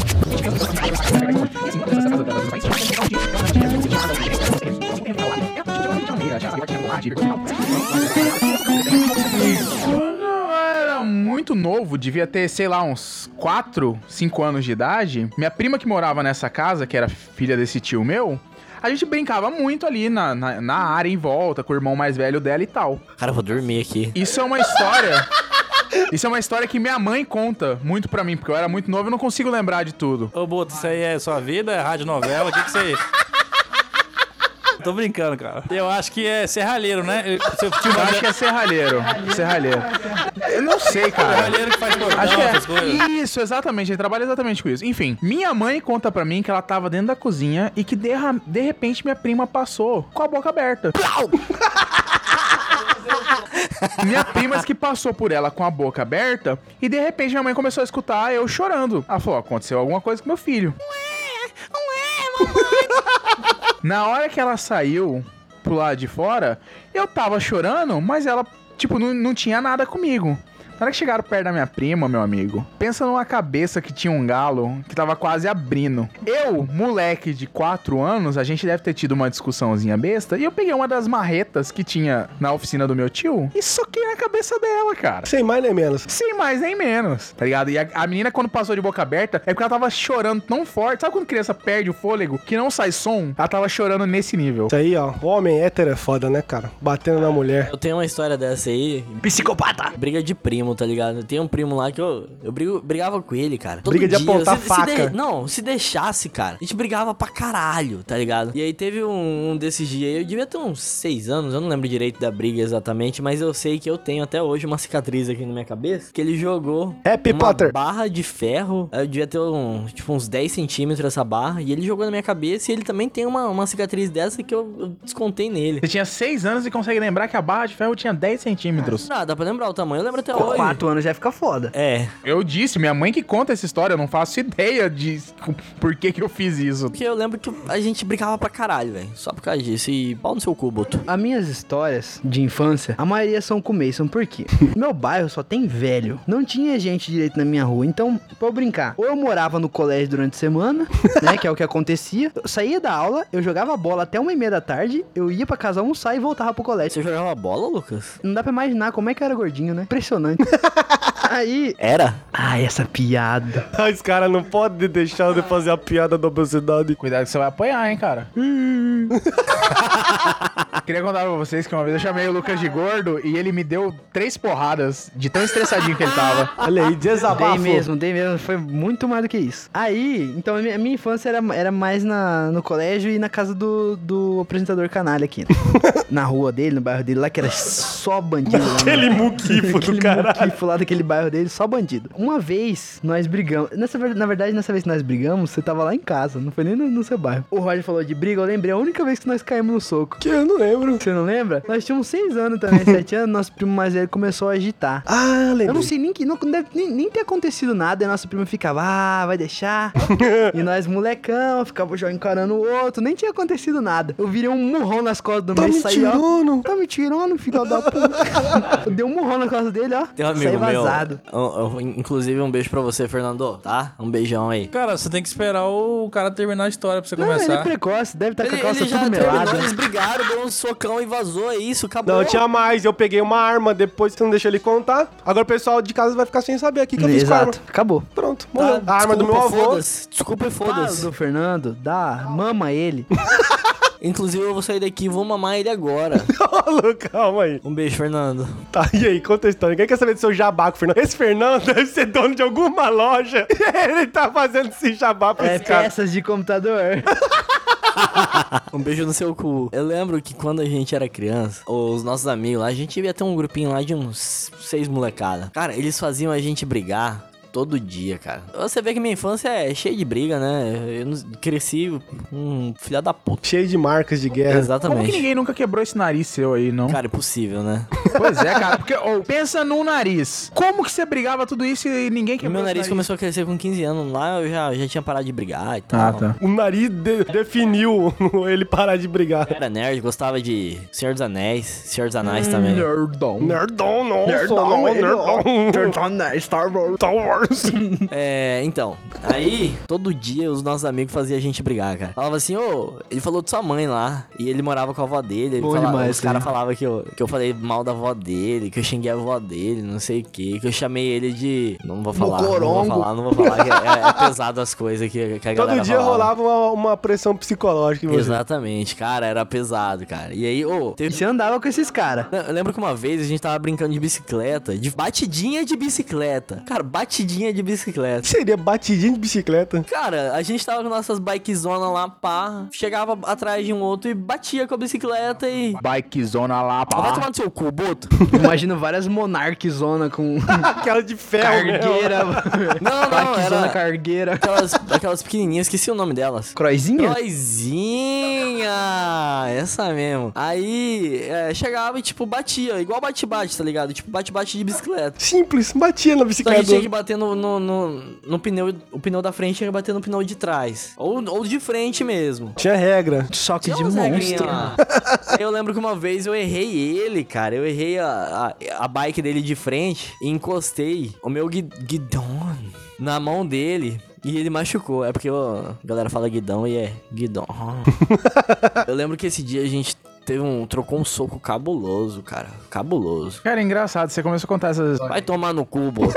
Speaker 3: Quando eu era muito novo, devia ter, sei lá, uns 4, 5 anos de idade. Minha prima que morava nessa casa, que era filha desse tio meu, a gente brincava muito ali na, na, na área em volta, com o irmão mais velho dela e tal.
Speaker 4: Cara, eu vou dormir aqui.
Speaker 3: Isso é uma história. Isso é uma história que minha mãe conta muito pra mim, porque eu era muito novo e não consigo lembrar de tudo.
Speaker 5: Ô, Boto, isso aí é sua vida? É rádio novela? O que que isso aí? Tô brincando, cara. Eu acho que é serralheiro, né? Eu- Seu tio
Speaker 3: Eu acho que é serralheiro. Serralheiro. Eu não sei, cara.
Speaker 5: serralheiro que faz cordão,
Speaker 3: Acho
Speaker 5: essas
Speaker 3: que
Speaker 5: coisas.
Speaker 3: é. Isso, exatamente. Ele trabalha exatamente com isso. Enfim, minha mãe conta pra mim que ela tava dentro da cozinha e que derra- de repente minha prima passou com a boca
Speaker 5: *laughs*
Speaker 3: aberta. minha prima disse que passou por ela com a boca aberta e de repente minha mãe começou a escutar eu chorando. Ela falou: aconteceu alguma coisa com meu filho. *laughs* Na hora que ela saiu pro lado de fora, eu tava chorando, mas ela, tipo, não, não tinha nada comigo. Na hora que chegaram perto da minha prima, meu amigo, pensa numa cabeça que tinha um galo que tava quase abrindo. Eu, moleque de 4 anos, a gente deve ter tido uma discussãozinha besta, e eu peguei uma das marretas que tinha na oficina do meu tio e soquei na cabeça dela, cara.
Speaker 2: Sem mais nem menos.
Speaker 3: Sem mais nem menos, tá ligado? E a, a menina, quando passou de boca aberta, é porque ela tava chorando tão forte. Sabe quando criança perde o fôlego, que não sai som? Ela tava chorando nesse nível.
Speaker 2: Isso aí, ó. Homem hétero é foda, né, cara? Batendo na mulher.
Speaker 4: Eu tenho uma história dessa aí. Psicopata! Briga de primo, tá ligado? Eu tenho um primo lá que eu, eu brigo- brigava com ele, cara. Todo
Speaker 2: Briga de
Speaker 4: dia.
Speaker 2: apontar
Speaker 4: de-
Speaker 2: faca.
Speaker 4: não, se deixasse, cara, a gente brigava pra caralho, tá ligado? E aí teve um, um desses dias, aí, eu devia ter uns seis anos, eu não lembro direito da briga exatamente, mas eu sei que eu tenho até hoje uma cicatriz aqui na minha cabeça, que ele jogou
Speaker 2: Happy
Speaker 4: uma
Speaker 2: Potter. *laughs*
Speaker 4: barra de ferro. Eu devia ter um, tipo, uns 10 centímetros essa barra, e ele jogou na minha cabeça e ele também tem uma, uma cicatriz dessa que eu- eu descontei nele.
Speaker 3: Você tinha 6 anos e consegue lembrar que a barra de ferro tinha 10 centímetros.
Speaker 4: Ah, dá pra lembrar o tamanho, eu lembro até hoje.
Speaker 6: Quatro anos já fica foda.
Speaker 4: É,
Speaker 3: Eu disse, minha mãe que conta essa história, eu não faço ideia de por que, que eu fiz isso.
Speaker 4: porque eu lembro que a gente brigava pra caralho, velho. Só por causa disso. E pau no seu cu, Boto.
Speaker 6: As minhas histórias de infância, a maioria são com o Mason, por quê? *laughs* Meu bairro só tem velho. Não tinha gente direito na minha rua, então, pra eu brincar, ou eu morava no colégio durante a semana, né, que é o que acontecia. Eu saía da aula, eu jogava bola até uma e meia da tarde, eu ia pra casa almoçar e voltava pro colégio.
Speaker 4: Você jogava bola, Lucas?
Speaker 6: Não dá pra imaginar como é que eu era gordinho, né? Impressionante. Aí...
Speaker 4: Era?
Speaker 6: Ai, essa piada.
Speaker 2: Os caras não podem deixar de fazer a piada da obesidade.
Speaker 3: Cuidado que você vai apanhar, hein, cara. *laughs* Queria contar pra vocês que uma vez eu chamei o Lucas de gordo e ele me deu três porradas de tão estressadinho que ele tava.
Speaker 2: Olha aí,
Speaker 6: Dei
Speaker 2: desabafo.
Speaker 6: mesmo, dei mesmo. Foi muito mais do que isso. Aí, então a minha, a minha infância era, era mais na, no colégio e na casa do, do apresentador canalha aqui. né?
Speaker 2: *laughs*
Speaker 6: na rua dele, no bairro dele lá, que era só bandido. lá,
Speaker 2: *laughs* Aquele
Speaker 6: né?
Speaker 2: muquifo do
Speaker 6: Aquele
Speaker 2: caralho.
Speaker 6: muquifo lá daquele bairro dele, só bandido. Uma vez nós brigamos. Nessa, ver- na verdade, nessa vez que nós brigamos, você tava lá em casa, não foi nem no, no seu bairro. O Roger falou de briga, eu lembrei a única vez que nós caímos no soco.
Speaker 2: Que eu não lembro.
Speaker 6: Você não lembra? Nós tínhamos seis
Speaker 2: *laughs*
Speaker 6: anos também, sete anos, nosso primo mais velho começou a agitar.
Speaker 2: Ah,
Speaker 6: Eu não
Speaker 2: lembro.
Speaker 6: sei nem que. Não deve nem, nem ter acontecido nada. E nossa prima ficava, ah,
Speaker 2: *laughs*
Speaker 6: vai deixar. e nós, molecão, ficava já encarando o outro. Nem tinha acontecido nada. Eu virei um murrão nas costas do
Speaker 2: Tá
Speaker 6: meu e
Speaker 2: me
Speaker 6: saí, ó.
Speaker 2: tirando.
Speaker 6: Tá me tirando, filho da puta. *laughs* Eu Dei um murrão nas costas dele, ó.
Speaker 4: Tem um
Speaker 6: saí
Speaker 4: amigo
Speaker 2: é
Speaker 4: meu.
Speaker 6: vazado.
Speaker 4: Um- um- inclusive, um beijo pra você, Fernando, tá? Um beijão aí.
Speaker 5: Cara, você tem que esperar o cara terminar a história pra você
Speaker 6: Não, ele é
Speaker 5: começar.
Speaker 6: precoce, deve estar com a
Speaker 4: Ele-
Speaker 6: calça
Speaker 4: ele já
Speaker 6: tudo melada.
Speaker 2: *laughs*
Speaker 4: terminou, eles brigaram, deu um socão e vazou, é isso, acabou.
Speaker 2: Não, tinha mais. Eu peguei uma arma, depois você não deixou ele contar. Agora o pessoal de casa vai ficar sem saber aqui que eu fiz com a arma.
Speaker 6: Exato, acabou.
Speaker 2: Pronto,
Speaker 4: Tá,
Speaker 2: morreu. a arma do meu
Speaker 4: desculpa,
Speaker 2: avô. *laughs*
Speaker 4: foda-se, Desculpa e
Speaker 6: Fala
Speaker 4: foda-se.
Speaker 6: do Fernando, dá, mama
Speaker 2: *laughs*
Speaker 6: ele.
Speaker 4: Inclusive, eu vou sair daqui e vou mamar ele *laughs* agora.
Speaker 2: Alô, Tá calma aí.
Speaker 4: um beijo, Fernando.
Speaker 2: Tá, e aí, conta a história. Ninguém quer saber do seu jabá com o Fernando. Esse Fernando *laughs* deve ser dono de *laughs* alguma loja. E ele tá fazendo esse jabá pra
Speaker 6: É
Speaker 2: esse cara.
Speaker 6: peças de computador.
Speaker 4: Um beijo no seu cu. Eu lembro que quando a gente era criança, os nossos amigos lá, a gente ia ter um grupinho lá de uns seis molecada. Cara, eles faziam a gente brigar. Todo dia, cara. Você vê que minha infância é cheia de briga, né? Eu não- cresci um filha da puta.
Speaker 2: Cheio de marcas de guerra.
Speaker 3: É. Como que
Speaker 4: Exatamente.
Speaker 3: ninguém nunca quebrou esse nariz seu aí, não?
Speaker 4: Cara, impossível, né?
Speaker 3: Pois é, cara, porque ô, pensa num nariz. Como que você brigava tudo isso e ninguém quebrou
Speaker 4: Meu
Speaker 3: esse
Speaker 4: nariz começou a crescer com 15 anos. Lá eu já, já tinha parado de brigar e tal.
Speaker 3: Ah, tá.
Speaker 2: O nariz de- definiu *laughs* ele parar de brigar.
Speaker 4: Era nerd, gostava de Senhor dos Anéis, Senhor dos Anéis
Speaker 3: Hum,
Speaker 4: também.
Speaker 6: Nerdão.
Speaker 2: Nerdão, não,
Speaker 6: Nerdão,
Speaker 2: não,
Speaker 6: ele, ó.
Speaker 2: um nerdão.
Speaker 6: Nerdão, Star Wars.
Speaker 2: Star Wars.
Speaker 4: É, então. Aí, todo dia os nossos amigos faziam a gente brigar, cara. Falava assim, ô, ele falou de sua mãe lá. E ele morava com a avó dele. Ele
Speaker 6: Bom
Speaker 4: falava-
Speaker 6: demais,
Speaker 4: os caras
Speaker 6: né?
Speaker 4: falavam que eu, que eu falei mal da avó dele, que eu xinguei a avó dele, não sei o quê, que eu chamei ele de. Não vou falar, não vou
Speaker 6: Mocorongo.
Speaker 4: falar, não vou falar. que é, é pesado as coisas que, que a galera
Speaker 2: Todo dia rolava
Speaker 4: falava.
Speaker 2: uma, uma pressão psicológica em você.
Speaker 4: Exatamente, cara, era pesado, cara. E aí, ô,
Speaker 6: E
Speaker 4: teve.
Speaker 6: você andava com esses caras.
Speaker 4: Não, Eu lembro que uma vez a gente tava brincando de bicicleta, de batidinha de bicicleta. Cara, batidinha de
Speaker 2: O
Speaker 4: bicicleta.
Speaker 2: que seria batidinha de bicicleta?
Speaker 4: Cara, a gente tava com nossas bikezonas lá, pá. Chegava atrás de um outro e batia com a bicicleta e.
Speaker 3: Bikezona lá,
Speaker 4: Vai
Speaker 3: pá.
Speaker 4: tomar no seu cu, Boto.
Speaker 6: Imagino várias
Speaker 2: *laughs*
Speaker 6: monarquizona com
Speaker 2: Aquela de ferro, né?
Speaker 6: cargueira.
Speaker 4: É Não, não,
Speaker 6: Monarquizona
Speaker 4: era-
Speaker 6: cargueira.
Speaker 4: Aquelas, aquelas pequenininhas, esqueci o nome delas.
Speaker 6: Croizinha?
Speaker 4: Croizinha! Essa mesmo. Aí, é, chegava e, tipo, batia. Igual bate-bate, tá ligado? Tipo, bate-bate de bicicleta.
Speaker 2: Simples, batia na
Speaker 4: Só que a
Speaker 2: bicicleta.
Speaker 4: gente tinha que bater no, no, no, no pneu. O pneu da frente tinha que bater no pneu de trás. Ou, ou de frente mesmo.
Speaker 2: Tinha regra.
Speaker 6: Só que
Speaker 4: Tinha
Speaker 6: de
Speaker 4: umas regrinhas
Speaker 6: monstro.
Speaker 4: lá. *laughs* Eu lembro que uma vez eu errei ele, cara. Eu errei a, a, a bike dele de frente e encostei o meu gui- guidão na mão dele. E ele machucou. É porque ó, a galera fala guidão e é guidão. eu lembro que esse dia a gente teve um. trocou um soco cabuloso, cara. Cabuloso.
Speaker 3: Cara, é engraçado, você começou a contar essas.
Speaker 4: Vai tomar no cubo.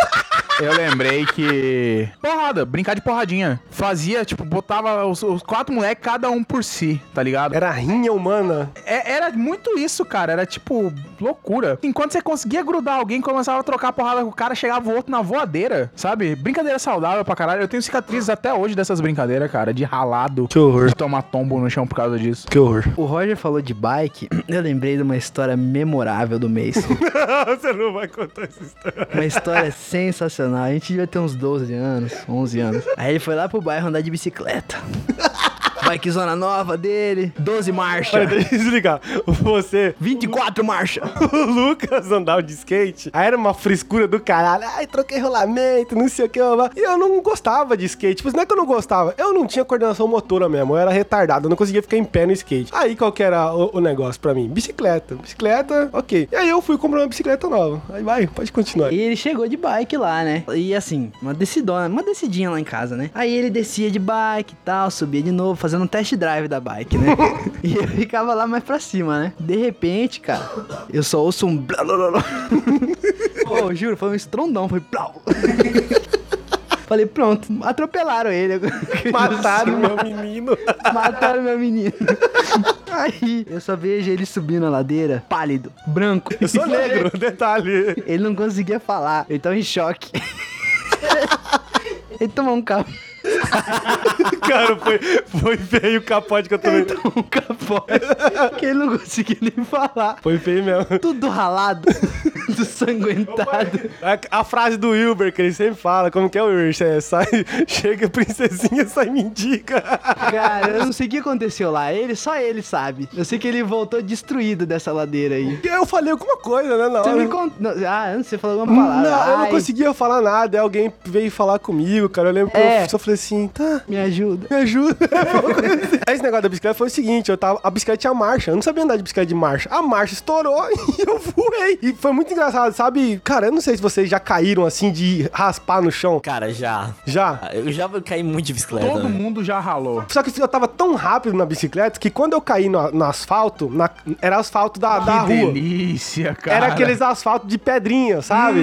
Speaker 3: Eu lembrei que. Porrada, brincar de porradinha. Fazia, tipo, botava os, os quatro moleques, cada um por si, tá ligado?
Speaker 2: Era rinha humana.
Speaker 3: É- era muito isso, cara. Era tipo loucura. Enquanto você conseguia grudar alguém, começava a trocar porrada com o cara, chegava o outro na voadeira, sabe? Brincadeira saudável pra caralho. Eu tenho cicatrizes até hoje dessas brincadeiras, cara, de ralado,
Speaker 2: Que horror.
Speaker 3: de tomar tombo no chão por causa disso.
Speaker 2: Que horror.
Speaker 6: O Roger falou de bike. *clears throat* Eu lembrei de uma história memorável do Mason.
Speaker 2: Você não vai contar essa história.
Speaker 4: *laughs*
Speaker 6: Uma história sensacional. A gente devia ter uns 12 anos, 11 anos. Aí ele foi lá pro bairro andar
Speaker 4: *laughs*
Speaker 6: de bicicleta. Bikezona nova dele, 12
Speaker 2: Pera, *laughs*
Speaker 6: marcha,
Speaker 2: deixa eu desligar. Você, *laughs*
Speaker 6: 24 marcha.
Speaker 2: o Lucas, andava de skate. Aí era uma frescura do caralho. Ai, troquei rolamento, não sei o que. E eu não gostava de skate. Tipo, não é que eu não gostava. Eu não tinha coordenação motora mesmo. Eu era retardado. Eu não conseguia ficar em pé no skate. Aí qual que era o, o negócio pra mim? Bicicleta. Bicicleta, ok. E aí eu fui comprar uma bicicleta nova. Aí vai, pode continuar.
Speaker 6: E ele chegou de bike lá, né? E assim, uma decidona, uma decidinha lá em casa, né? Aí ele descia de bike e tal, subia de novo, fazendo um test drive da
Speaker 2: *laughs*
Speaker 6: bike, né? e eu ficava lá mais pra cima, né? De repente, cara, eu só ouço um. blá, blá, blá,
Speaker 2: *laughs*
Speaker 6: blá. Pô, eu juro, foi um estrondão, foi. blau. *laughs* Falei, pronto, atropelaram ele. *laughs*
Speaker 2: Mataram meu menino.
Speaker 6: Mataram
Speaker 2: *laughs*
Speaker 6: meu menino. Aí, eu só vejo ele subindo a ladeira, pálido, branco.
Speaker 2: Eu
Speaker 6: *laughs*
Speaker 2: sou negro, detalhe.
Speaker 6: Ele não conseguia falar, ele tava em choque. *laughs* ele tomou um, ca...
Speaker 2: Cara, foi, foi feio o capote que eu tomei.
Speaker 6: um capote que ele não conseguia nem falar.
Speaker 2: Foi feio mesmo.
Speaker 6: Tudo ralado, *laughs* tudo sanguentado.
Speaker 2: A, a frase do Wilber, que ele sempre fala, como que é o Wilber? É, sai, chega princesinha, sai mendiga.
Speaker 6: Cara, eu não sei o que aconteceu lá, ele, só ele sabe. Eu sei que ele voltou destruído dessa ladeira aí.
Speaker 2: Eu falei alguma coisa, né, na
Speaker 6: Você
Speaker 2: hora.
Speaker 6: me contou. Ah, antes você falou alguma palavra.
Speaker 2: Não, eu não
Speaker 6: Ai,
Speaker 2: conseguia falar nada. Aí alguém veio falar comigo, cara. Eu lembro que
Speaker 6: É.
Speaker 2: eu só falei assim, tá,
Speaker 6: Me ajuda.
Speaker 2: me ajuda. Aí *laughs* esse negócio da bicicleta foi o seguinte, eu tava, a bicicleta tinha marcha, eu não sabia andar de bicicleta de marcha. A marcha estourou *laughs* e eu voei. E foi muito engraçado, sabe? Cara, eu não sei se vocês já caíram assim de raspar no chão.
Speaker 4: Cara, já.
Speaker 2: Já?
Speaker 4: Eu já caí muito de bicicleta. né?
Speaker 3: Todo
Speaker 4: velho.
Speaker 3: mundo já ralou.
Speaker 2: Só que eu tava tão rápido na bicicleta que quando eu caí no, no asfalto, na- era asfalto da, da
Speaker 3: que
Speaker 2: rua.
Speaker 3: delícia, cara. Hum,
Speaker 2: Era aqueles asfalto de pedrinha, sabe?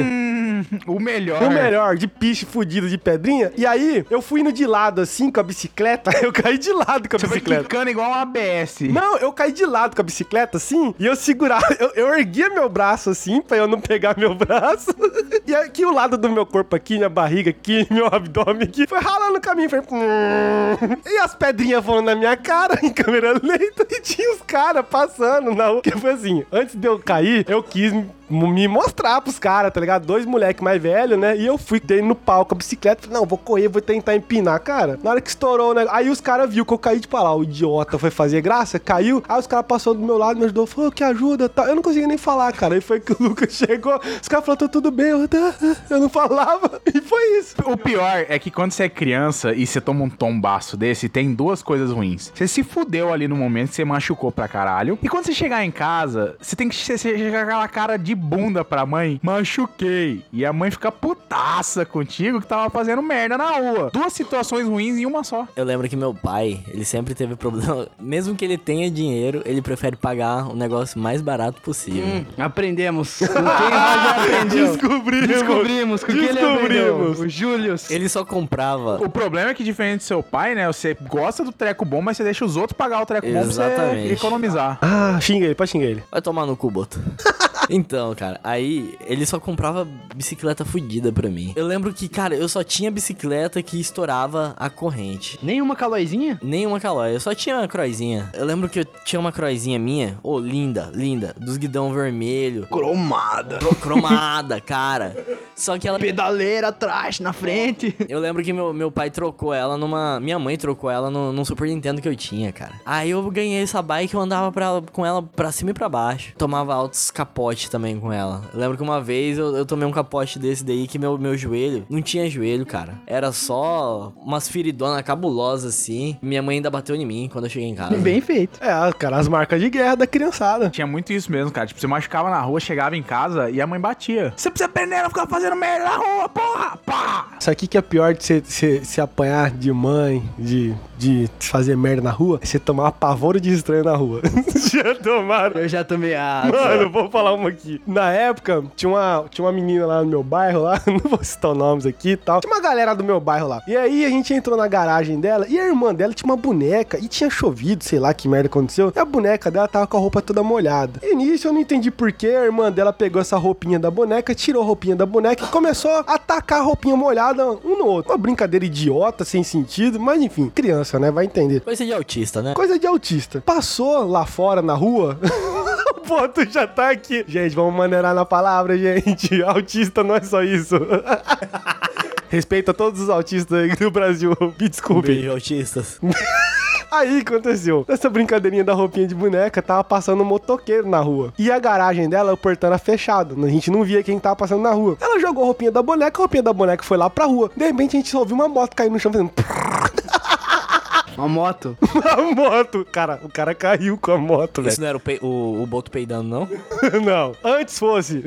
Speaker 3: o melhor.
Speaker 2: O melhor, de piche fudido de pedrinha. E aí, eu fui indo de lado assim com a bicicleta, *laughs* eu caí de lado com a
Speaker 3: Você foi
Speaker 2: bicicleta.
Speaker 3: quicando igual um ABS.
Speaker 2: Não, eu caí de lado com a bicicleta, assim, e eu segurava, *laughs* eu, eu erguia meu braço, assim, pra eu não pegar meu braço. *laughs* E aqui o lado do meu corpo aqui, minha barriga aqui, *laughs* meu abdômen aqui, foi ralando o caminho, foi... *laughs* E as pedrinhas voando na minha cara, *laughs* em câmera lenta, e tinha os caras passando na rua. Que foi assim, antes de eu cair, eu quis me- me mostrar pros caras, tá ligado? Dois moleque mais velho, né? E eu fui dei no palco a bicicleta, falei, não, vou correr, vou tentar empinar, cara. Na hora que estourou, né? Aí os caras viu que eu caí de pau lá, o idiota foi fazer graça, caiu. Aí os caras passou do meu lado, me ajudou, falou que ajuda, tá? Eu não conseguia nem falar, cara. Aí foi que o Lucas chegou, os caras falaram, tô tudo bem, eu, "Tá." eu não falava. *laughs* E foi isso.
Speaker 3: O pior é que quando você é criança e você toma um tombaço desse, tem duas coisas ruins. Você se fudeu ali no momento, você machucou pra caralho. E quando você chegar em casa, você tem que che- você chegar com aquela cara de bunda pra mãe. Machuquei. E a mãe fica putaça contigo que tava fazendo merda na rua. Duas situações ruins em uma só.
Speaker 4: Eu lembro que meu pai, ele sempre teve problema. *laughs* Mesmo que ele tenha dinheiro, ele prefere pagar o negócio mais barato possível.
Speaker 6: Hum. Aprendemos. Com *laughs* quem Roger aprendeu?
Speaker 2: Descobrimos.
Speaker 6: Descobrimos. Com quem ele aprendeu?
Speaker 2: Descobrimos.
Speaker 6: O Július.
Speaker 4: Ele só comprava.
Speaker 3: O problema é que, diferente do seu pai, né? Você gosta do treco bom, mas você deixa os outros pagar o treco bom pra você
Speaker 4: Exatamente.
Speaker 3: economizar.
Speaker 2: Ah, xinga ele, pode xingar ele.
Speaker 4: Vai tomar no cu, Boto. Então, cara, aí ele só comprava bicicleta fudida pra mim. Eu lembro que, cara, eu só tinha bicicleta que estourava a corrente.
Speaker 6: Nenhuma calóizinha?
Speaker 4: Nenhuma calói, eu só tinha uma croizinha. Eu lembro que eu tinha uma croizinha minha, ô, linda, linda, dos guidão vermelho.
Speaker 6: Cromada.
Speaker 4: cro- cromada, *laughs* cara. Só que ela.
Speaker 6: Pedaleira atrás, na frente.
Speaker 4: Eu lembro que meu, meu pai trocou ela numa. Minha mãe trocou ela no, num Super Nintendo que eu tinha, cara. Aí eu ganhei essa bike eu andava pra, com ela pra cima e pra baixo. Tomava altos capotes também com ela. Eu lembro que uma vez eu, eu tomei um capote desse daí que meu, meu joelho. Não tinha joelho, cara. Era só umas feridonas cabulosas assim. Minha mãe ainda bateu em mim quando eu cheguei em casa.
Speaker 6: *laughs* Bem feito.
Speaker 2: É, cara, as marcas de guerra da criançada.
Speaker 3: Tinha muito isso mesmo, cara. Tipo, você machucava na rua, chegava em casa e a mãe batia. Você precisa aprender a não ficar fazendo merda na rua, porra! Pá!
Speaker 2: Sabe o que, que é pior de você se, se apanhar de mãe, de, de fazer merda na rua? É você tomar pavor de estranho na rua. *laughs* Já tomaram.
Speaker 6: Eu já tomei a.
Speaker 2: Mano, vou falar uma aqui. Na época, tinha uma, tinha uma menina lá no meu bairro, lá, *laughs* não vou citar nomes aqui e tal. Tinha uma galera do meu bairro lá. E aí a gente entrou na garagem dela e a irmã dela tinha uma boneca e tinha chovido, sei lá que merda aconteceu. E a boneca dela tava com a roupa toda molhada. E nisso eu não entendi por que a irmã dela pegou essa roupinha da boneca, tirou a roupinha da boneca e começou a atacar a roupinha molhada um no outro. Uma brincadeira idiota, sem sentido, mas enfim, criança, né? Vai entender.
Speaker 4: Coisa de autista, né?
Speaker 2: Coisa de autista. Passou lá fora na rua. *laughs* o Boto já tá aqui. Gente, vamos maneirar na palavra, gente. *laughs* Autista não é só isso. *laughs* Respeita todos os autistas aí do Brasil. *laughs* Me desculpem.
Speaker 4: Beijo, autistas.
Speaker 2: Aí aconteceu. Essa brincadeirinha da roupinha de boneca tava passando um motoqueiro na rua. E a garagem dela, o portão era fechado. A gente não via quem tava passando na rua. Ela jogou a roupinha da boneca, a roupinha da boneca foi lá pra rua. De repente a gente só ouviu uma moto cair no chão fazendo. *laughs*
Speaker 6: Uma moto.
Speaker 2: A moto. Cara, o cara caiu com a moto, velho.
Speaker 4: Isso não era o, pei- o, o Boto peidando, não?
Speaker 2: *laughs* Não, antes fosse.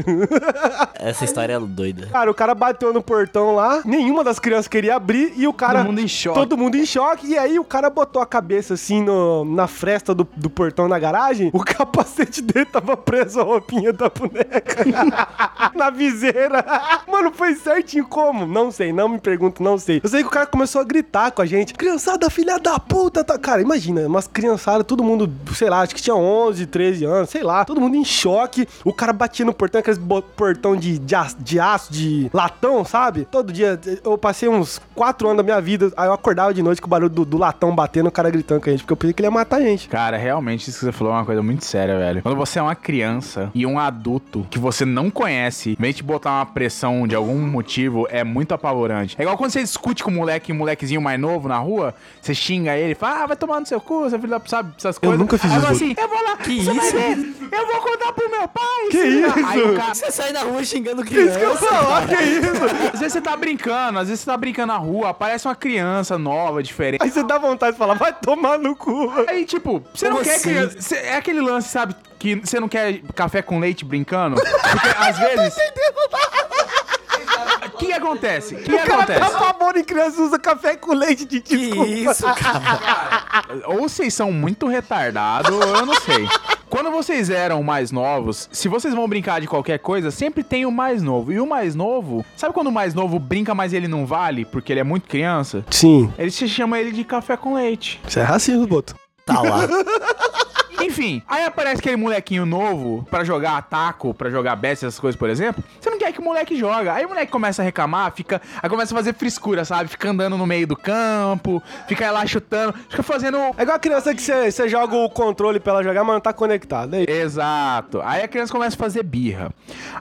Speaker 2: *laughs*
Speaker 4: Essa história é doida.
Speaker 2: Cara, o cara bateu no portão lá, nenhuma das crianças queria abrir e o cara.
Speaker 6: Todo mundo em choque.
Speaker 2: Todo mundo em choque. E aí o cara botou a cabeça assim no, na fresta do, do portão na garagem. O *laughs* capacete dele tava preso à roupinha da boneca. *laughs* na viseira. Mano, foi certinho como? Não sei, não me pergunto, não sei. Eu sei que o cara começou a gritar com a gente. Criançada, filha da puta. Tá... Cara, imagina, umas criançadas, todo mundo, sei lá, acho que tinha 11, 13 anos, sei lá. Todo mundo em choque. O cara batia no portão, aqueles bo- portão de, de, aço, de aço, de latão, sabe? Todo dia, eu passei uns 4 anos da minha vida, aí eu acordava de noite com o barulho do, do latão batendo, o cara gritando com a gente, porque eu pensei que ele ia matar a gente.
Speaker 3: Cara, realmente isso que você falou é uma coisa muito séria, velho. Quando você é uma criança e um adulto que você não conhece, vem te botar uma pressão de algum motivo, é muito apavorante. É igual quando você discute com um moleque, um molequezinho mais novo na rua, você xinga ele, fala, ah, vai tomar no seu cu, você filho da- sabe essas coisas.
Speaker 2: nunca fiz
Speaker 3: Aí fala
Speaker 2: isso,
Speaker 3: assim, eu vou lá, que você isso? vai ver, eu vou contar pro meu pai.
Speaker 2: Que
Speaker 3: Aí o
Speaker 2: isso?
Speaker 3: cara,
Speaker 4: Você sai da rua xingando
Speaker 2: Isso que eu ia
Speaker 4: criança.
Speaker 2: falar, que é isso?
Speaker 3: às vezes você tá brincando, às vezes você tá brincando na rua, aparece uma criança nova, diferente.
Speaker 2: Aí você dá vontade de falar, vai tomar no cu.
Speaker 3: Aí, tipo, você não
Speaker 4: Como
Speaker 3: quer
Speaker 4: assim?
Speaker 3: criança. cê- é aquele lance, sabe? Que você não quer café com leite brincando?
Speaker 2: *laughs*
Speaker 3: Porque às vezes. O que acontece? O que
Speaker 2: O cara tá
Speaker 3: acontece?
Speaker 2: pavor em criança usa café com leite de
Speaker 4: Que
Speaker 2: desculpa.
Speaker 4: isso, cara?
Speaker 3: Ou vocês são muito retardados, ou eu não sei. Quando vocês eram mais novos, se vocês vão brincar de qualquer coisa, sempre tem o mais novo. E o mais novo, sabe quando o mais novo brinca, mas ele não vale, porque ele é muito criança?
Speaker 2: Sim,
Speaker 3: Ele se chama ele de café com leite.
Speaker 2: isso é racismo, Boto.
Speaker 4: Tá lá.
Speaker 3: Enfim, aí aparece aquele molequinho novo pra jogar ataco, pra jogar besta, essas coisas, por exemplo. Você não quer que o moleque joga. Aí o moleque começa a reclamar, fica, aí começa a fazer frescura, sabe? Fica andando no meio do campo, fica lá chutando, fica fazendo
Speaker 2: É igual a criança que você você joga o controle pra ela jogar, mas não tá conectado. Aí,
Speaker 3: Exato. Aí a criança começa a fazer birra.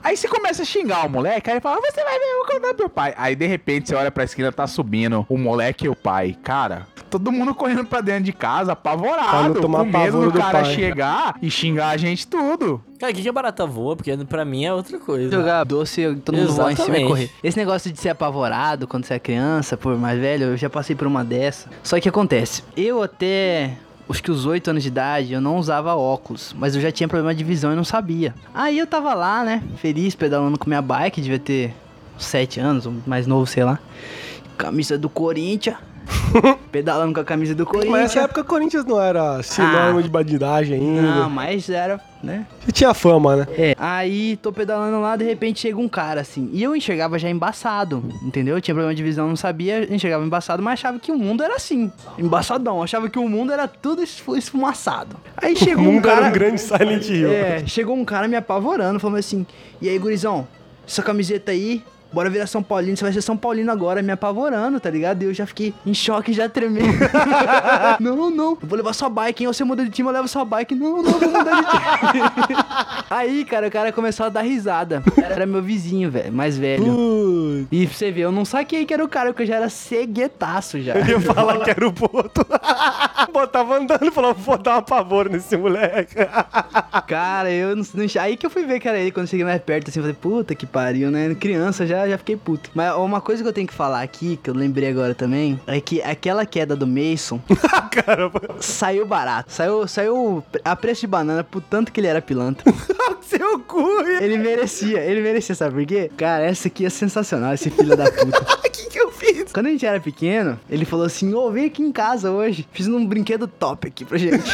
Speaker 3: Aí você começa a xingar o moleque, aí ele fala, "Ah, você vai ver, eu vou contar pro pai. Aí de repente você olha pra esquina, tá subindo o moleque e o pai. Cara, todo mundo *laughs* correndo pra dentro de casa,
Speaker 2: Pra não
Speaker 3: apavorado,
Speaker 2: tomar
Speaker 3: com medo
Speaker 2: pavor
Speaker 3: do
Speaker 2: do
Speaker 3: cara
Speaker 2: pai.
Speaker 3: chegar e xingar a gente tudo.
Speaker 4: Cara, o que que é barata voa? Porque pra mim é outra coisa.
Speaker 6: Jogar doce, todo mundo vai em cima e
Speaker 4: Exatamente.
Speaker 6: correr. Esse negócio de ser apavorado quando você é criança, por mais velho, eu já passei por uma dessa. Só que acontece, eu até os que os 8 anos de idade, eu não usava óculos, mas eu já tinha problema de visão e não sabia. Aí eu tava lá, né, feliz, pedalando com minha bike, devia ter 7 anos, ou mais novo, sei lá. Camisa do Corinthians, pedalando com a camisa do
Speaker 2: mas é
Speaker 6: Corinthians.
Speaker 2: nessa época, Corinthians não era sinônimo
Speaker 6: Ah.
Speaker 2: de bandidagem ainda.
Speaker 6: Não, Ah, mas era, né?
Speaker 2: Você tinha fama, né?
Speaker 6: É, aí tô pedalando lá, de repente chega um cara assim. E eu enxergava já embaçado, entendeu? Eu tinha problema de visão, não sabia, enxergava embaçado, mas achava que o mundo era assim. Embaçadão, achava que o mundo era tudo esfu- esfumaçado. Aí
Speaker 2: O
Speaker 6: chegou um
Speaker 2: mundo
Speaker 6: cara.
Speaker 2: era um grande Silent Hill.
Speaker 6: É, chegou um cara me apavorando, falando assim: E aí, gurizão, essa camiseta aí, bora virar São Paulino, você vai ser São Paulino agora, me apavorando, tá ligado? E eu já fiquei em choque, já tremendo. não, não, eu vou levar sua bike, hein? Ou você muda de time, eu levo sua bike. Não, não, eu vou mudar de time. aí, cara, o cara começou a dar risada. Era meu vizinho, velho, mais
Speaker 2: Uh.
Speaker 6: velho.
Speaker 2: Putz,
Speaker 6: E pra você ver, eu não saquei que era o cara, porque eu já era ceguetaço já.
Speaker 2: Eu ia falar que era o Boto. Botava andando e falava, vou dar uma pavor nesse moleque.
Speaker 6: Cara, eu não, não enx- Aí que eu fui ver que era ele quando eu cheguei mais perto, assim, eu falei, puta que pariu, né? Criança, já, já fiquei puto. Mas uma coisa que eu tenho que falar aqui, que eu lembrei agora também, é que aquela queda do Mason saiu barato. Saiu, saiu a preço de banana por tanto que ele era pilantra.
Speaker 2: Seu cu. O
Speaker 6: Ele merecia, ele merecia, sabe por quê? Cara, essa aqui é sensacional, esse filho da puta.
Speaker 2: que, que eu fiz?
Speaker 6: Quando a gente era pequeno, ele falou assim: Ô, vem aqui em casa hoje. Fiz um brinquedo top aqui pra gente.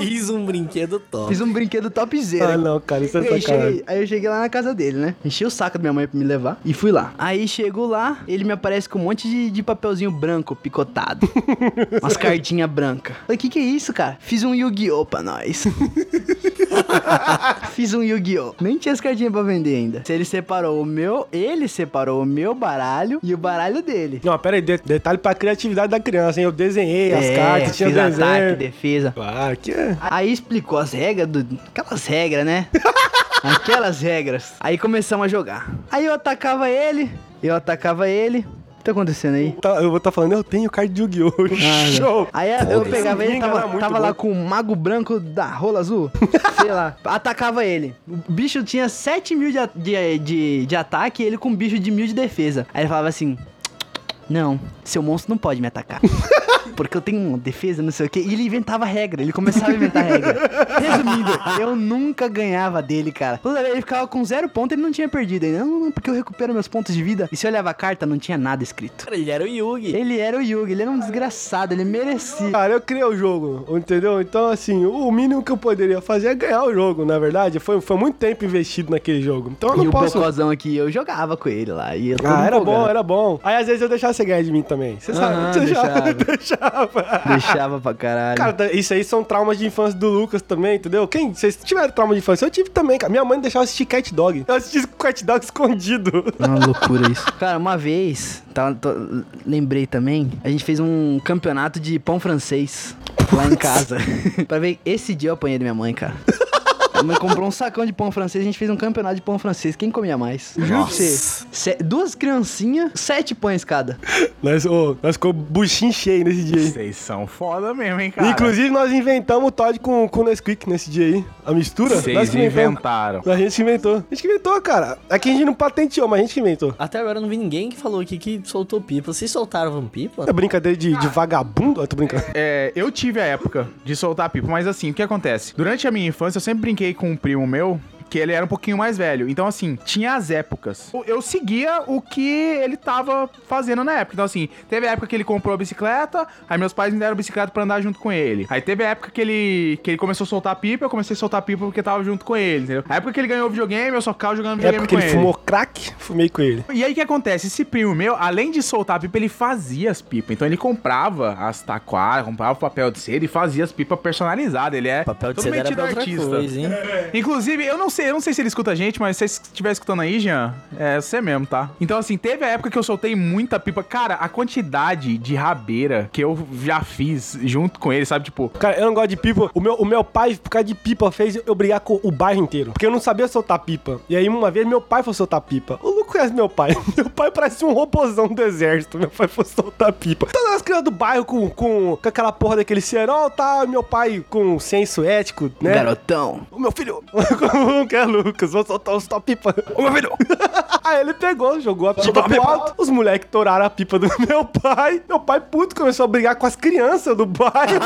Speaker 4: Fiz um brinquedo top.
Speaker 6: Fiz um brinquedo topzera.
Speaker 2: Ah, não, cara, isso é
Speaker 6: Eu
Speaker 2: sacanagem.
Speaker 6: cheguei- aí eu cheguei lá na casa dele, né? Enchi o saco da minha mãe pra me levar e fui lá. Aí chego lá, ele me aparece com um monte de, de papelzinho branco picotado. *laughs* umas cartinhas brancas. Falei, que que é isso, cara? Fiz um Yu-Gi-Oh! pra *laughs* nós. Fiz um Yu-Gi-Oh! Nem tinha as cartinhas pra vender ainda. Se ele separou o meu, ele separou o meu baralho e o baralho dele.
Speaker 2: Não, pera aí, de- detalhe pra criatividade da criança, hein? Eu desenhei as
Speaker 6: É,
Speaker 2: cartas, tinha
Speaker 6: fiz
Speaker 2: desenho.
Speaker 6: ataque, defesa.
Speaker 2: Claro que é.
Speaker 6: Aí explicou as regras do. Aquelas regras, né? Aquelas regras. Aí começamos a jogar. Aí eu atacava ele, eu atacava ele. O que tá acontecendo aí?
Speaker 2: Tá, eu vou estar falando, eu tenho card de Yu-Gi-Oh! Show!
Speaker 6: Aí eu
Speaker 2: Esse
Speaker 6: pegava ele,
Speaker 2: Ginga era
Speaker 6: tava,
Speaker 2: muito
Speaker 6: tava
Speaker 2: bom.
Speaker 6: lá com o mago branco da
Speaker 2: *laughs*
Speaker 6: rola azul. sei lá. Atacava ele. O bicho tinha 7 mil de, a- de, eh, de, de ataque e ele com um bicho de mil de defesa. Aí ele falava assim: Não, seu monstro não pode me
Speaker 2: *laughs*
Speaker 6: atacar. Porque eu tenho uma defesa, não sei o quê. E ele inventava regra, ele começava a inventar regra. Resumindo, eu nunca ganhava dele, cara. Toda vez ele ficava com zero ponto, ele não tinha perdido ainda. Não, não, porque eu recupero meus pontos de vida. E se eu olhava a carta, não tinha nada escrito.
Speaker 4: Cara, ele era o Yugi.
Speaker 6: Ele era o Yugi, ele era um desgraçado, ele merecia.
Speaker 2: Cara, eu criei o jogo, entendeu? Então, assim, o mínimo que eu poderia fazer é ganhar o jogo, na verdade. Foi, foi muito tempo investido naquele jogo. Então eu
Speaker 6: E
Speaker 2: não
Speaker 6: o
Speaker 2: posso.
Speaker 6: Bocozão aqui, eu jogava com ele lá. E eu todo
Speaker 2: Ah, era bom,
Speaker 6: empolgado.
Speaker 2: era bom. Aí às vezes eu deixava você ganhar de mim também. Você
Speaker 6: Aham,
Speaker 2: sabe? Você já-
Speaker 6: deixava.
Speaker 2: *laughs* deixava.
Speaker 6: Deixava pra caralho.
Speaker 2: Cara, tá, isso aí são traumas de infância do Lucas também, entendeu? Quem? Vocês tiveram trauma de infância? Eu tive também, cara. Minha mãe não deixava eu assistir Cat Dog. Eu assistia Cat Dog escondido.
Speaker 6: É uma loucura isso. Cara, uma vez, tava- tô- lembrei também, a gente fez um campeonato de pão francês lá
Speaker 2: *laughs*
Speaker 6: em casa. pra ver, esse dia eu apanhei da minha mãe, cara. Minha mãe comprou um sacão de pão francês, a gente fez um campeonato de pão francês. Quem comia mais? Juro pra você. Se- duas criancinhas, sete pães cada.
Speaker 2: Nós, ô, nós ficou buchinho cheio nesse dia, hein?
Speaker 3: Vocês são foda mesmo, hein, cara?
Speaker 2: Inclusive, nós inventamos o Todd com, com o Nesquik nesse dia aí. A mistura? nós
Speaker 3: vocês
Speaker 2: que inventamos.
Speaker 3: inventaram.
Speaker 2: A gente que inventou. A gente que inventou, cara. Aqui a gente não patenteou, mas a gente que inventou.
Speaker 4: Até agora eu não vi ninguém que falou aqui que soltou pipa. Vocês soltaram um pipa?
Speaker 2: É brincadeira de, de vagabundo? Eu tô brincando.
Speaker 3: É, eu tive a época de soltar pipa, mas assim, o que acontece? Durante a minha infância, eu sempre brinquei com um primo meu que ele era um pouquinho mais velho. Então, assim, tinha as épocas. Eu- Eu seguia o que ele tava fazendo na época. Então, assim, teve a época que ele comprou a bicicleta, aí meus pais me deram a bicicleta pra andar junto com ele. Aí teve a época que ele, que ele começou a soltar pipa, eu comecei a soltar pipa porque tava junto com ele, entendeu? A época que ele ganhou o videogame, eu só ficava jogando
Speaker 2: É
Speaker 3: videogame
Speaker 2: porque
Speaker 3: com
Speaker 2: ele
Speaker 3: ele.
Speaker 2: fumou crack, fumei com ele.
Speaker 3: E aí o que acontece? Esse primo meu, além de soltar a pipa, ele fazia as pipas. Então ele comprava as taquaras, comprava o papel de seda e fazia as pipas personalizadas. Ele é
Speaker 4: Papel de
Speaker 3: todo
Speaker 4: seda era pra outra coisa, hein?
Speaker 3: Inclusive, eu não sei, eu não sei se ele escuta a gente, mas se você estiver escutando aí, Jean, é você mesmo, tá? Então, assim, teve a época que eu soltei muita pipa. Cara, a quantidade de rabeira que eu já fiz junto com ele, sabe? Tipo,
Speaker 2: Cara, eu não gosto de pipa. O meu, o meu pai, por causa de pipa, fez eu brigar com o bairro inteiro. Porque eu não sabia soltar pipa. E aí, uma vez, meu pai foi soltar pipa. O Lu conhece meu pai. *laughs* Meu pai parecia um robozão do exército. Meu pai foi soltar pipa. Todas as crianças do bairro com, com, com aquela porra daquele cerol e tal. e Meu pai com um senso ético, né?
Speaker 6: Garotão.
Speaker 2: O meu filho, *laughs* como que é Lucas? Vou soltar os top pipa. *laughs* O meu filho. Aí ele pegou, jogou a pipa pro alto. Os moleques toraram a pipa do *laughs* meu pai. Meu pai puto começou a brigar com as crianças do bairro.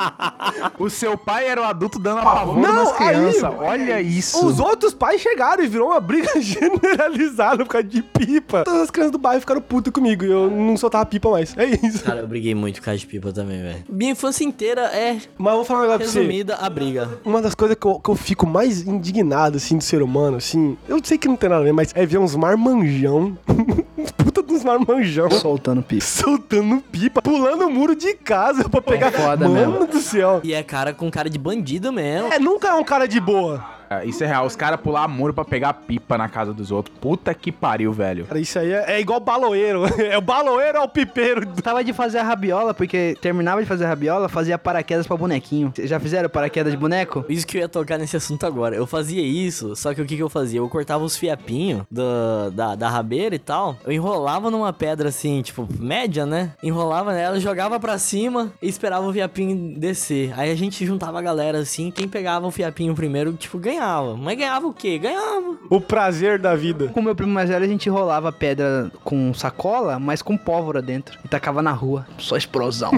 Speaker 3: *laughs* o seu pai era o adulto dando apavoro
Speaker 2: Não,
Speaker 3: nas crianças.
Speaker 2: aí-
Speaker 3: Olha isso.
Speaker 2: Os outros pais chegaram e virou uma briga *laughs* generalizada por causa de pipa. Todas as crianças do bairro ficaram putas comigo e eu não soltava pipa mais. É isso. *laughs*
Speaker 4: Cara, eu briguei muito com a de pipa também, velho. Minha infância inteira é,
Speaker 2: Mas eu vou falar um negócio pra você.
Speaker 4: resumida, a briga.
Speaker 2: Uma das coisas que eu, que eu fico mais indignado, assim, do ser humano, assim, eu sei que não tem nada a ver, mas é ver uns marmanjão. *laughs* Puta dos marmanjão.
Speaker 6: Soltando pipa.
Speaker 2: Soltando pipa, pulando o muro de casa pra pegar.
Speaker 6: foda
Speaker 2: Mano
Speaker 6: mesmo.
Speaker 2: do céu.
Speaker 4: E é cara com cara de bandido mesmo.
Speaker 2: É, nunca é um cara de boa.
Speaker 3: É, Isso é real, os caras pular muro pra pegar pipa na casa dos outros. Puta que pariu, velho.
Speaker 2: Cara, isso aí é, é igual baloeiro. *laughs* É o baloeiro é o pipeiro.
Speaker 6: Tava de fazer a rabiola, porque terminava de fazer a rabiola, fazia paraquedas pra bonequinho. Vocês já fizeram paraquedas de boneco?
Speaker 4: Isso que eu ia tocar nesse assunto agora. Eu fazia isso, só que o que, que eu fazia? Eu cortava os fiapinhos da, da, da rabeira e tal. Eu enrolava numa pedra assim, tipo, média, né? Enrolava nela, jogava pra cima e esperava o fiapinho descer. Aí a gente juntava a galera assim, quem pegava o fiapinho primeiro, tipo, ganhava. Mas ganhava o quê? Ganhava.
Speaker 2: O prazer da vida.
Speaker 6: Com o meu primo mais velho, a gente rolava pedra com sacola, mas com pólvora dentro. E tacava na rua. Só *laughs* explosão.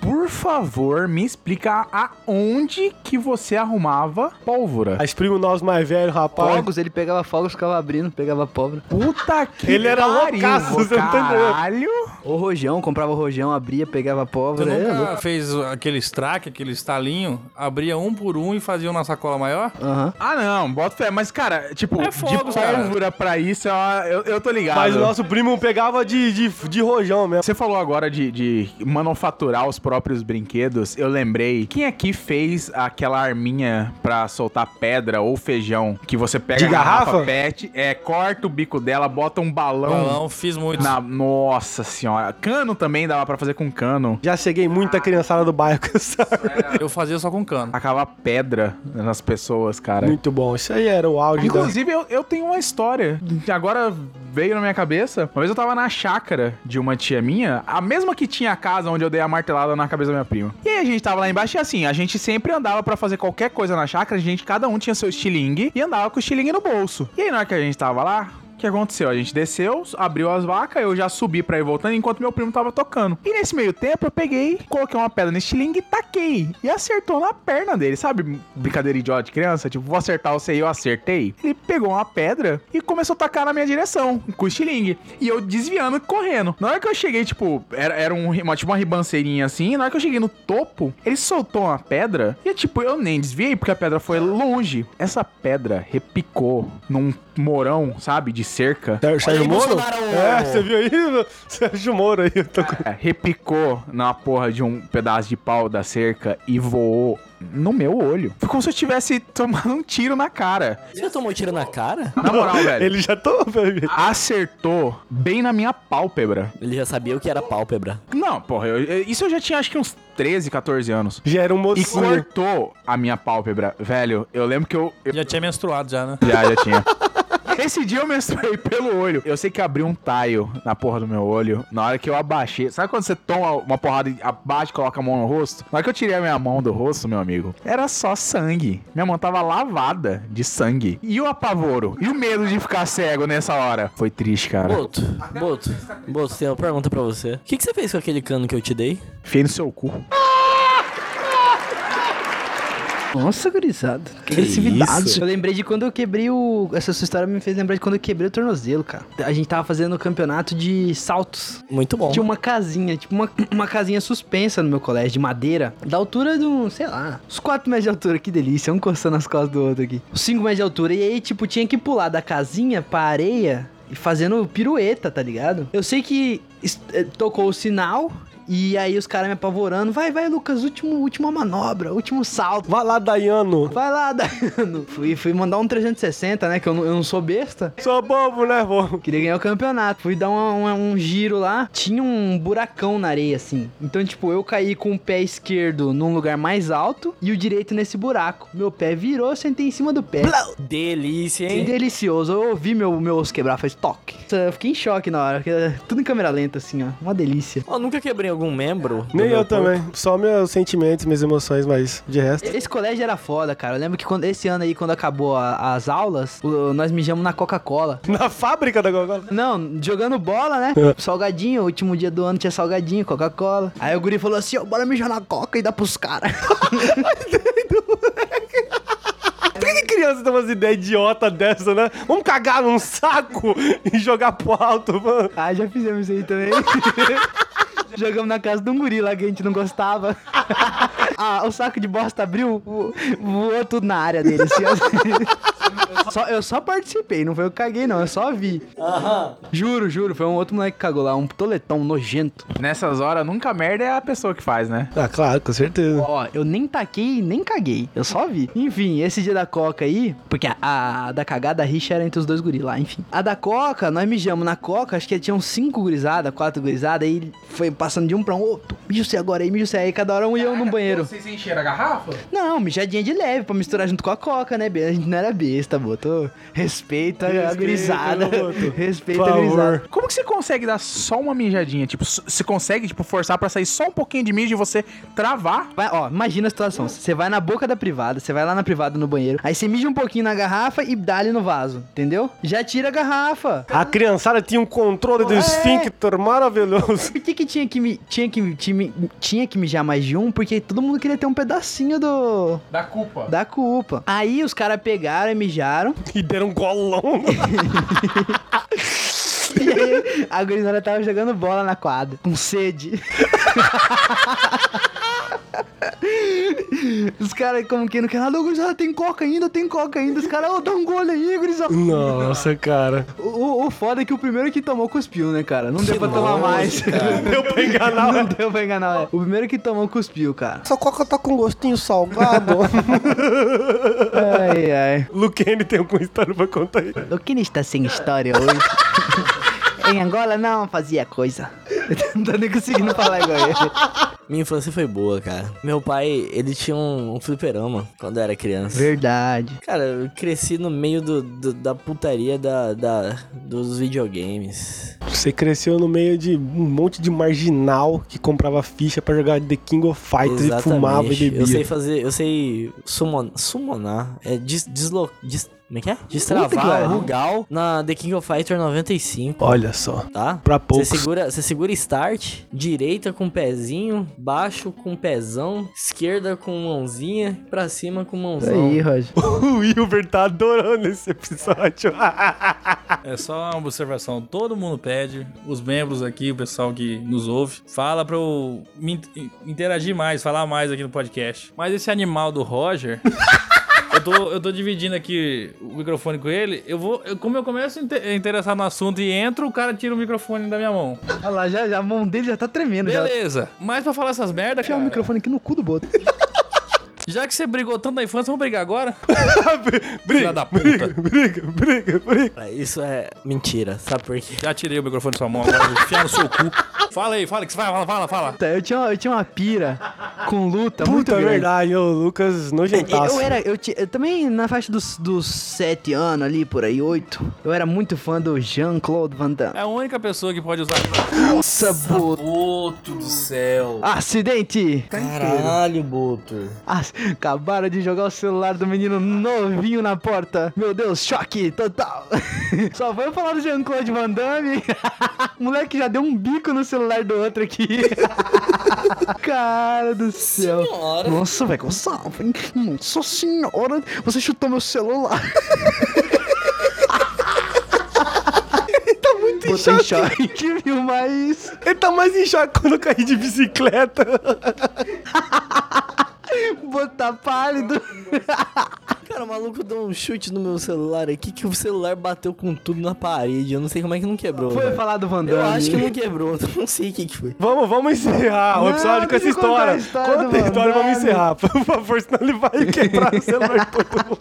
Speaker 3: Por favor, me explica aonde que você arrumava pólvora.
Speaker 2: As primos nós mais velhos, rapaz.
Speaker 6: fogos, ele pegava fogos, ficava abrindo, pegava pólvora.
Speaker 3: Puta que
Speaker 2: Ele era
Speaker 3: pariu,
Speaker 2: loucaço, você não tá entendendo.
Speaker 3: Caralho.
Speaker 6: Ou rojão, comprava rojão, abria, pegava
Speaker 5: Você
Speaker 6: pólvora. É louco.
Speaker 5: nunca fez aquele strack, aquele estalinho, abria um por um e fazia na sacola maior?
Speaker 6: Aham.
Speaker 3: Ah, não, bota fé. Mas, cara, tipo,
Speaker 5: É fogo,
Speaker 3: de
Speaker 5: cara.
Speaker 3: pólvora pra isso, é uma- eu, eu tô ligado.
Speaker 2: Mas o nosso primo pegava de, de, de rojão mesmo.
Speaker 3: Você falou agora de, de manufaturar os próprios brinquedos. Eu lembrei. Quem aqui fez aquela arminha pra soltar pedra ou feijão que você pega
Speaker 2: De
Speaker 3: a
Speaker 2: garrafa?
Speaker 3: pet, é, corta o bico dela, bota um balão.
Speaker 5: Não, fiz muito.
Speaker 3: na- nossa senhora. Cano também dava pra fazer com cano.
Speaker 2: Já ceguei muita criançada do bairro com *laughs* essa
Speaker 5: Eu fazia só com cano.
Speaker 3: Tacava pedra nas pessoas, cara.
Speaker 2: Muito bom. Isso aí era o auge da...
Speaker 3: Inclusive, eu, eu tenho uma história. Agora veio na minha cabeça. Uma vez eu tava na chácara de uma tia minha, a mesma que tinha a casa onde eu dei a martelada na cabeça da minha prima. E aí a gente tava lá embaixo e assim, a gente sempre andava pra fazer qualquer coisa na chácara, a gente, cada um tinha seu estilingue e andava com o estilingue no bolso. E aí na hora que a gente tava lá. O que aconteceu? A gente desceu, abriu as vacas, eu já subi pra ir voltando enquanto meu primo tava tocando. E nesse meio tempo eu peguei, coloquei uma pedra no estilingue e taquei. E acertou na perna dele, sabe? Brincadeira idiota de criança, tipo, vou acertar você e eu acertei. Ele pegou uma pedra e começou a tacar na minha direção, com o estilingue. E eu desviando e correndo. Na hora que eu cheguei, tipo, era, era um, uma, tipo uma ribanceirinha assim, na hora que eu cheguei no topo, ele soltou uma pedra e, tipo, eu nem desviei porque a pedra foi longe. Essa pedra repicou num morão, sabe, de cerca.
Speaker 2: Sér- Sérgio
Speaker 4: aí,
Speaker 2: Moro?
Speaker 4: Bolsonaro!
Speaker 2: É, você viu aí? *laughs* Sérgio Moro aí. Eu tô com...
Speaker 3: É, repicou na porra de um pedaço de pau da cerca e voou no meu olho. Foi como se eu tivesse tomado um tiro na cara.
Speaker 4: Você já tomou tiro na cara?
Speaker 3: Na moral, velho.
Speaker 2: Ele já tomou, velho.
Speaker 3: Acertou bem na minha pálpebra.
Speaker 4: Ele já sabia o que era pálpebra.
Speaker 3: Não, porra, eu- eu- isso eu já tinha acho que uns 13, 14 anos.
Speaker 2: Já era um
Speaker 3: E
Speaker 2: mocinho.
Speaker 3: cortou a minha pálpebra. Velho, eu lembro que eu. eu-
Speaker 5: Já tinha menstruado já, né?
Speaker 3: *laughs* Já, já tinha. Esse dia eu menstruei pelo olho. Eu sei que abriu um taio na porra do meu olho. Na hora que eu abaixei. Sabe quando você toma uma porrada e abaixa e coloca a mão no rosto? Na hora que eu tirei a minha mão do rosto, meu amigo, era só sangue. Minha mão tava lavada de sangue. E o apavoro? E o medo de ficar cego nessa hora? Foi triste, cara.
Speaker 4: Boto, Boto, Boto, tem uma pergunta pra você. O que, que você fez com aquele cano que eu te dei?
Speaker 3: Fiquei no seu cu.
Speaker 6: Nossa, gurizada. Que
Speaker 4: isso?
Speaker 6: Eu lembrei de quando eu quebrei o. Essa sua história me fez lembrar de quando eu quebrei o tornozelo, cara. A gente tava fazendo o campeonato de saltos.
Speaker 4: Muito bom.
Speaker 6: Tinha uma casinha, tipo uma, uma casinha suspensa no meu colégio, de madeira, da altura de um, sei lá, uns 4 metros de altura, que delícia, um coçando as costas do outro aqui. Uns 5 metros de altura, e aí, tipo, tinha que pular da casinha pra areia e fazendo pirueta, tá ligado? Eu sei que es- eh, tocou o sinal. E aí os caras me apavorando, vai, vai, Lucas, último, última manobra, último salto.
Speaker 2: um- Vai lá, Daiano.
Speaker 6: Vai lá, *laughs* Daiano. Fui, fui mandar um 360, né? Que eu não, eu não sou besta.
Speaker 2: Sou bobo, né, vô?
Speaker 6: Queria ganhar o campeonato. Fui dar uma- uma- um, giro lá. Tinha um buracão na areia, assim. Então, tipo, eu caí com o pé esquerdo num lugar mais alto e o direito nesse buraco. Meu pé virou, eu sentei em cima do pé.
Speaker 4: Ah, Delícia,
Speaker 6: Que
Speaker 4: hein?
Speaker 6: delicioso. Eu ouvi meu, meu osso quebrar, faz toque. Nossa, Eu fiquei em choque na hora. porque era Tudo em câmera lenta, assim, ó. Uma delícia.
Speaker 4: Ó, nunca quebrei algum membro. do
Speaker 2: Nem
Speaker 4: meu
Speaker 2: eu
Speaker 4: corpo.
Speaker 2: também. Só meus sentimentos, minhas emoções, mas de resto.
Speaker 6: Esse colégio era foda, cara. Eu lembro que quando, esse ano aí, quando acabou a- as aulas, o- nós mijamos na Coca-Cola.
Speaker 2: *laughs* Na fábrica da Coca-Cola.
Speaker 6: Não, jogando bola, né?
Speaker 2: É.
Speaker 6: Salgadinho, o último dia do ano tinha salgadinho, Coca-Cola. Aí o guri falou assim, ó, bora mijar na coca e dá pros caras.
Speaker 2: Por que criança tem umas ideias idiota dessa, né? Vamos cagar num saco *laughs* e jogar pro alto, mano.
Speaker 6: *laughs* ah, já fizemos isso aí também. *laughs* Jogamos na casa de um guri lá que a gente não gostava. *laughs* ah, o saco de bosta abriu, vo- voou tudo na área dele. assim, ó. *laughs* Só- eu só participei, não foi eu que caguei, não, eu só vi. Juro, juro, foi um outro moleque que cagou lá, um toletão nojento.
Speaker 3: Nessas horas, nunca merda é a pessoa que faz, né?
Speaker 2: Ah, claro, com certeza.
Speaker 6: Ó, eu nem taquei nem caguei. Eu só vi. Enfim, esse dia da Coca aí, porque a, a da cagada, a rixa era entre os dois guris lá, enfim. A da Coca, nós mijamos na Coca, acho que tinham cinco gurizada, quatro gurizada, aí foi passando de um pra um outro. Mija você agora aí, mija você aí, cada hora um ia eu no banheiro.
Speaker 3: Vocês encheram a garrafa?
Speaker 6: Não, mijadinha de leve, pra misturar junto com a Coca, né, Bia? A gente não era besta, botou. Respeita, a
Speaker 2: Respeita,
Speaker 6: gurizada.
Speaker 2: Boto.
Speaker 6: Respeita
Speaker 2: Por
Speaker 6: a
Speaker 2: favor.
Speaker 6: gurizada.
Speaker 3: Como que você consegue dar só uma mijadinha? Tipo, s- você consegue, tipo, forçar pra sair só um pouquinho de mijo e você travar?
Speaker 6: Vai, ó, imagina a situação. Você vai na boca da privada, você vai lá na privada no banheiro, aí você mija um pouquinho na garrafa e dá ali no vaso, entendeu? Já tira a garrafa.
Speaker 2: A criançada tinha um controle do
Speaker 6: É.
Speaker 2: esfíncter maravilhoso. *laughs*
Speaker 6: Por que, que tinha que mi- tinha que tinha, mi- tinha que mijar mais de um? Porque todo mundo queria ter um pedacinho do
Speaker 3: Da culpa.
Speaker 6: da culpa. Aí os caras pegaram e mijaram. *laughs*
Speaker 2: E deram um golão.
Speaker 6: E aí a gurizada tava jogando bola na quadra, com sede. *laughs* Os caras, como que não quer nada, Ô, gurizada, tem coca ainda, tem coca ainda. Os caras, ô, dá um gole aí, gurizada. *laughs*
Speaker 2: Nossa, cara.
Speaker 6: O- O, o foda é que o primeiro que tomou cuspiu, né, cara? Não deu pra tomar mais. *laughs*
Speaker 2: Deu pra enganar.
Speaker 6: Não deu pra enganar. é. O primeiro que tomou cuspiu, cara.
Speaker 2: Essa coca tá com gostinho salgado.
Speaker 6: *laughs* Ai, ai.
Speaker 2: Luquene tem alguma história pra contar aí.
Speaker 6: O que está sem história hoje? *laughs* em Angola não fazia coisa. Eu *laughs* não tô nem conseguindo falar igual ele.
Speaker 4: Minha infância foi boa, cara. Meu pai, ele tinha um, um fliperama quando eu era criança.
Speaker 6: Verdade.
Speaker 4: Cara, eu cresci no meio do, do- da putaria da, da- dos videogames.
Speaker 2: Você cresceu no meio de um monte de marginal que comprava ficha pra jogar The King of Fighters e fumava e
Speaker 4: Eu sei
Speaker 2: bebia.
Speaker 4: fazer, eu sei sumon, sumonar, é des, deslo, des- como é que é?
Speaker 6: que
Speaker 4: Destravar
Speaker 6: pariu.
Speaker 4: o Gal na The King of Fighter 95,
Speaker 2: Olha só.
Speaker 4: tá?
Speaker 2: Pra
Speaker 4: Você
Speaker 2: poucos.
Speaker 4: segura, você segura start, direita com pezinho, baixo com pezão, esquerda com mãozinha, pra cima com
Speaker 2: É
Speaker 4: mãozão.
Speaker 6: Aí, Roger.
Speaker 2: *laughs* O Wilber tá adorando esse episódio. *laughs* Ah,
Speaker 5: É só uma observação. Todo mundo pede, os membros aqui, o pessoal que nos ouve, fala pra eu me in- interagir mais, falar mais aqui no podcast. Mas esse animal do Roger. *laughs* Eu tô, eu tô dividindo aqui o microfone com ele. Eu vou. eu- como eu começo a inte- a interessar no assunto e entro, o cara tira o microfone da minha mão.
Speaker 6: Olha lá, já, já, a mão dele já tá tremendo. Já.
Speaker 5: Beleza. Mas pra falar essas merdas,
Speaker 6: Deixa o
Speaker 5: cara.
Speaker 6: microfone aqui no cu do boto.
Speaker 5: Já que você brigou tanto na infância, vamos brigar
Speaker 6: *laughs*
Speaker 5: agora? Filha
Speaker 2: briga,
Speaker 5: da puta.
Speaker 2: briga, briga, briga.
Speaker 4: Cara, Isso é mentira, sabe por quê?
Speaker 5: Já tirei o microfone da sua mão agora, vou enfiar no seu cu. Fala aí, fala, que você vai, fala, fala, fala.
Speaker 6: Tá, Eu tinha, eu tinha uma pira com luta Tá muito
Speaker 2: Puta
Speaker 6: grande.
Speaker 2: verdade, o Lucas nojentaço. *laughs*
Speaker 6: Eu era, eu, ti- eu também na faixa dos, dos sete anos ali, por aí, oito, eu era muito fã do Jean-Claude Van Damme.
Speaker 5: É a única pessoa que pode usar.
Speaker 6: Nossa, boto.
Speaker 5: Puto do céu.
Speaker 6: Acidente!
Speaker 4: Caralho, Boto.
Speaker 6: As- Ah, Acabaram de jogar o celular do menino novinho na porta. Meu Deus, choque *laughs* total. Só foi eu falar do Jean-Claude Van Damme. o moleque já deu um bico no celular do outro aqui. *laughs* Cara do céu.
Speaker 4: Senhora.
Speaker 6: Nossa, velho, Gonçalves. hein? Nossa senhora, você chutou meu celular. *laughs*
Speaker 2: tá muito em
Speaker 6: Botou em
Speaker 2: choque.
Speaker 4: *laughs*
Speaker 6: choque, viu? Mas.
Speaker 2: Ele tá mais em choque quando eu caí de bicicleta.
Speaker 6: Botar tá pálido.
Speaker 4: Cara, o maluco deu um chute no meu celular aqui que o celular bateu com tudo na parede. Eu não sei como é que não quebrou.
Speaker 6: Foi
Speaker 4: velho.
Speaker 6: falar do Van
Speaker 4: Eu
Speaker 6: Damme.
Speaker 4: acho que não quebrou, *laughs* eu não sei o que, que foi.
Speaker 2: Vamos, vamos encerrar Ah, o
Speaker 6: Não,
Speaker 2: episódio com
Speaker 6: deixa
Speaker 2: essa
Speaker 6: eu
Speaker 2: história.
Speaker 6: contar a história do
Speaker 2: Conta a
Speaker 6: Van
Speaker 2: história e vamos
Speaker 6: Damme.
Speaker 2: encerrar. Por favor, senão ele vai quebrar o celular todo.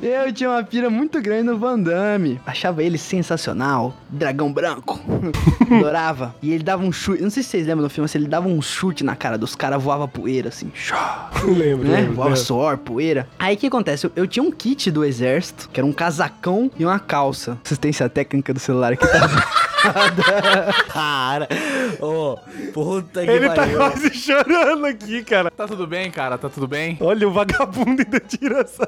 Speaker 6: Eu tinha uma pira muito grande no Van Damme. Achava ele sensacional. Dragão branco. *laughs* Adorava. E ele dava um chute. Não sei se vocês lembram do filme, mas ele dava um chute na cara dos caras, voava poeira assim. Chá,
Speaker 2: lembro,
Speaker 6: né?
Speaker 2: lembro,
Speaker 6: Voava
Speaker 2: lembro.
Speaker 6: suor, poeira. Aí o que acontece? Eu, eu tinha um kit do exército, que era um casacão e uma calça. Assistência técnica do celular aqui tá.
Speaker 4: Cara,
Speaker 2: É.
Speaker 4: ô, puta que
Speaker 2: Ele tá
Speaker 4: pariu.
Speaker 2: quase chorando aqui, cara.
Speaker 3: Tá tudo bem, cara? Tá tudo bem?
Speaker 2: Olha, o vagabundo ainda tira essa.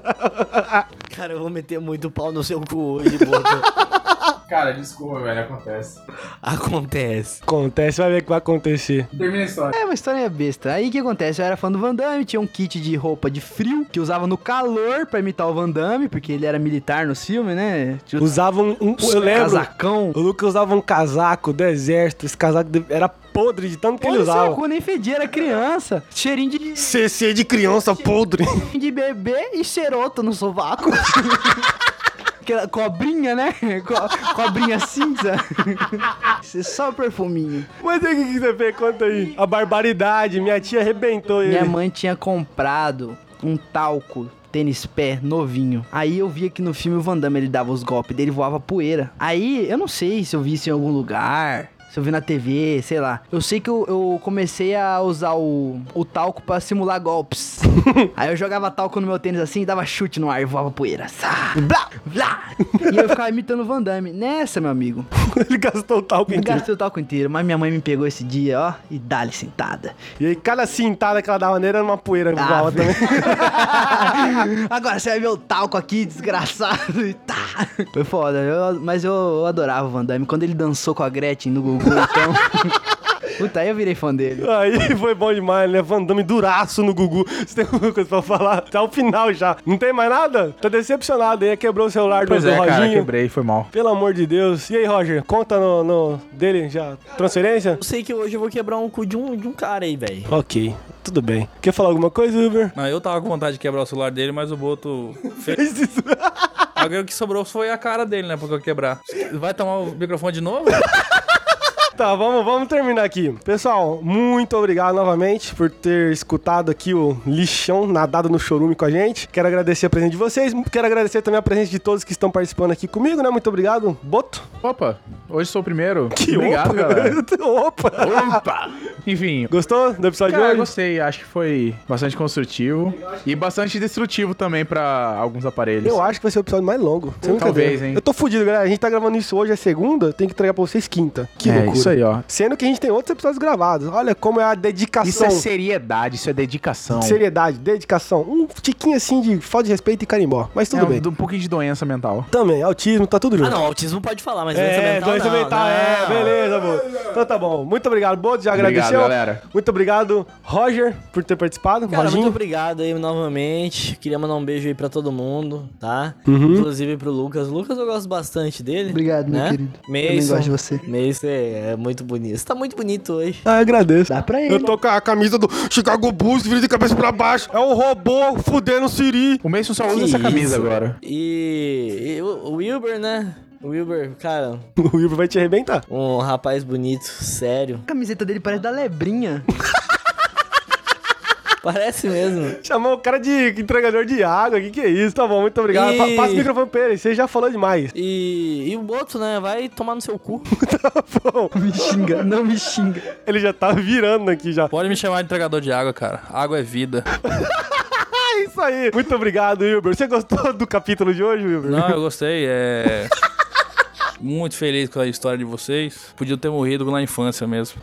Speaker 4: Cara, eu vou meter muito pau no seu cu hoje, boca.
Speaker 3: Cara, desculpa, velho. Acontece.
Speaker 4: Acontece.
Speaker 2: Acontece, vai ver o que vai acontecer.
Speaker 3: Termina a história.
Speaker 6: É uma história besta. Aí o que acontece? Eu era fã do Van Damme, tinha um kit de roupa de frio que usava no calor pra imitar o Van Damme, porque ele era militar nos filmes, né? Tinha os
Speaker 2: Usava um. um- eu lembro.
Speaker 6: Casacão.
Speaker 2: O Lucas usava um casaco do exército. Esse casaco de- era podre de tanto que ele
Speaker 6: Olha só,
Speaker 2: usava.
Speaker 6: quando nem fedia, era criança. Cheirinho de,
Speaker 2: CC de criança podre.
Speaker 6: de bebê e ceroto no sovaco. *laughs* Aquela cobrinha, né? Co- cobrinha cinza. *laughs* Isso é só perfuminho.
Speaker 2: Mas aí o que que você fez? Conta aí. A barbaridade. Minha tia arrebentou ele.
Speaker 6: Minha mãe tinha comprado um talco tênis pé novinho. Aí eu via que no filme o Van Damme ele dava os golpes dele, voava poeira. Aí eu não sei se eu vi isso em algum lugar. Se eu vi na TV, sei lá. Eu sei que eu, eu comecei a usar o, o talco pra simular *laughs* golpes. Aí eu jogava talco no meu tênis assim e dava chute no ar e voava poeira. Sá, blá, blá. E eu ficava imitando o Van Damme. Nessa, meu amigo,
Speaker 2: *laughs* ele gastou o talco
Speaker 6: eu
Speaker 2: inteiro.
Speaker 6: gastei o talco inteiro, mas minha mãe me pegou esse dia, ó, e dá-lhe sentada.
Speaker 2: E aí, cada cintada que ela dava nele era uma poeira né?
Speaker 6: Ah,
Speaker 2: voava
Speaker 6: velho.
Speaker 2: também.
Speaker 6: *laughs* Agora você vai ver o talco aqui, desgraçado. E tá. Foi foda, eu- mas eu, eu adorava o Van Damme. Quando ele dançou com a Gretchen no Gugu, *laughs* então. Puta, aí eu virei fã dele.
Speaker 2: Aí *laughs* foi bom demais, né? Van Damme duraço no Gugu. Você tem alguma coisa pra falar? Tá o final já. Não tem mais nada? Tá decepcionado aí. Quebrou o celular
Speaker 3: Pois
Speaker 2: do, do
Speaker 3: é, cara,
Speaker 2: Roginho.
Speaker 3: quebrei, foi mal.
Speaker 2: Pelo amor de Deus. E aí, Roger? Conta no, no- dele já. Transferência?
Speaker 4: Eu sei que hoje eu vou quebrar um cu de um, de um cara aí, velho.
Speaker 2: Ok, tudo bem. Quer falar alguma coisa, Uber?
Speaker 5: Não, eu tava com vontade de quebrar o celular dele, mas o Boto fez.
Speaker 2: Fez isso.
Speaker 5: *laughs* Agora o que sobrou foi a cara dele, né? Porque eu quebrar. Vai tomar o microfone de novo?
Speaker 2: Tá, vamos, vamos terminar aqui. Pessoal, muito obrigado novamente por ter escutado aqui o lixão nadado no chorume com a gente. Quero agradecer a presença de vocês. Quero agradecer também a presença de todos que estão participando aqui comigo, né? Muito obrigado. Boto.
Speaker 3: Opa, hoje sou o primeiro.
Speaker 2: *laughs* Que
Speaker 3: Obrigado,
Speaker 2: opa.
Speaker 3: galera.
Speaker 2: opa.
Speaker 3: *laughs* Opa! Enfim,
Speaker 2: Gostou do episódio
Speaker 3: Cara,
Speaker 2: de
Speaker 3: eu
Speaker 2: hoje?
Speaker 3: gostei. Acho que foi bastante construtivo e bastante destrutivo também pra alguns aparelhos.
Speaker 2: Eu acho que vai ser o episódio mais longo. Sem
Speaker 3: Talvez,
Speaker 2: brincadeira.
Speaker 3: hein?
Speaker 2: Eu tô fudido, galera. A gente tá gravando isso hoje, é segunda. Tem que entregar pra vocês quinta. Que
Speaker 3: é,
Speaker 2: loucura.
Speaker 3: isso aí, ó.
Speaker 2: Sendo que a gente tem outros episódios gravados. Olha como é a dedicação.
Speaker 3: Isso é seriedade, isso é dedicação.
Speaker 2: Seriedade, dedicação. Um tiquinho assim de falta de respeito e carimbó. Mas tudo
Speaker 3: é, um-
Speaker 2: bem.
Speaker 3: de Um, pouquinho de doença mental.
Speaker 2: Também, autismo, tá tudo junto.
Speaker 4: Ah, não, autismo pode falar, mas doença
Speaker 2: É,
Speaker 4: mental
Speaker 2: doença
Speaker 4: não, né?
Speaker 2: mental, é,
Speaker 4: não.
Speaker 2: beleza, Boto. Então tá bom. Muito obrigado, Boto, já
Speaker 3: Obrigado,
Speaker 2: agradeceu.
Speaker 3: galera.
Speaker 2: Muito obrigado, Roger, por ter participado.
Speaker 4: Cara, muito
Speaker 2: Roginho.
Speaker 4: obrigado aí novamente. Queria mandar um beijo aí pra todo mundo, tá?
Speaker 2: Uhum.
Speaker 4: Inclusive pro Lucas. Lucas eu gosto bastante dele.
Speaker 6: Obrigado, meu
Speaker 4: né?
Speaker 6: querido.
Speaker 4: Mason.
Speaker 6: Também gosto de você.
Speaker 4: Mason é, é muito bonito. Você tá muito bonito hoje.
Speaker 2: Ah, eu agradeço.
Speaker 6: Dá pra ele.
Speaker 2: Eu tô com a camisa do Chicago Bulls, vira de cabeça pra baixo. É um robô fudendo o Siri.
Speaker 3: O Mason só usa
Speaker 4: Que
Speaker 3: essa camisa
Speaker 4: isso?
Speaker 3: agora.
Speaker 4: E, e o o Wilber, né? O Wilber, cara,
Speaker 2: *laughs* O Ivo vai te arrebentar.
Speaker 4: um rapaz bonito, sério. *laughs*
Speaker 6: A camiseta dele parece da Lebrinha.
Speaker 4: Parece mesmo.
Speaker 2: Chamou o cara de entregador de água, que que é isso? Tá bom, muito obrigado.
Speaker 4: E-
Speaker 2: Pa- Passa o microfone pra ele, você já falou demais.
Speaker 4: E, e o Boto, né? Vai tomar no seu cu.
Speaker 2: Bom,
Speaker 6: Me xinga, não me xinga.
Speaker 2: ele já tá *laughs* virando aqui já.
Speaker 5: Pode me chamar de entregador de água, cara. Água é vida.
Speaker 2: É isso aí. Muito obrigado, Wilber. Você gostou do capítulo de hoje, Wilber?
Speaker 5: Não, eu gostei. É. *laughs* Muito feliz com a história de vocês. Podia ter morrido na
Speaker 2: *laughs*
Speaker 5: infância mesmo.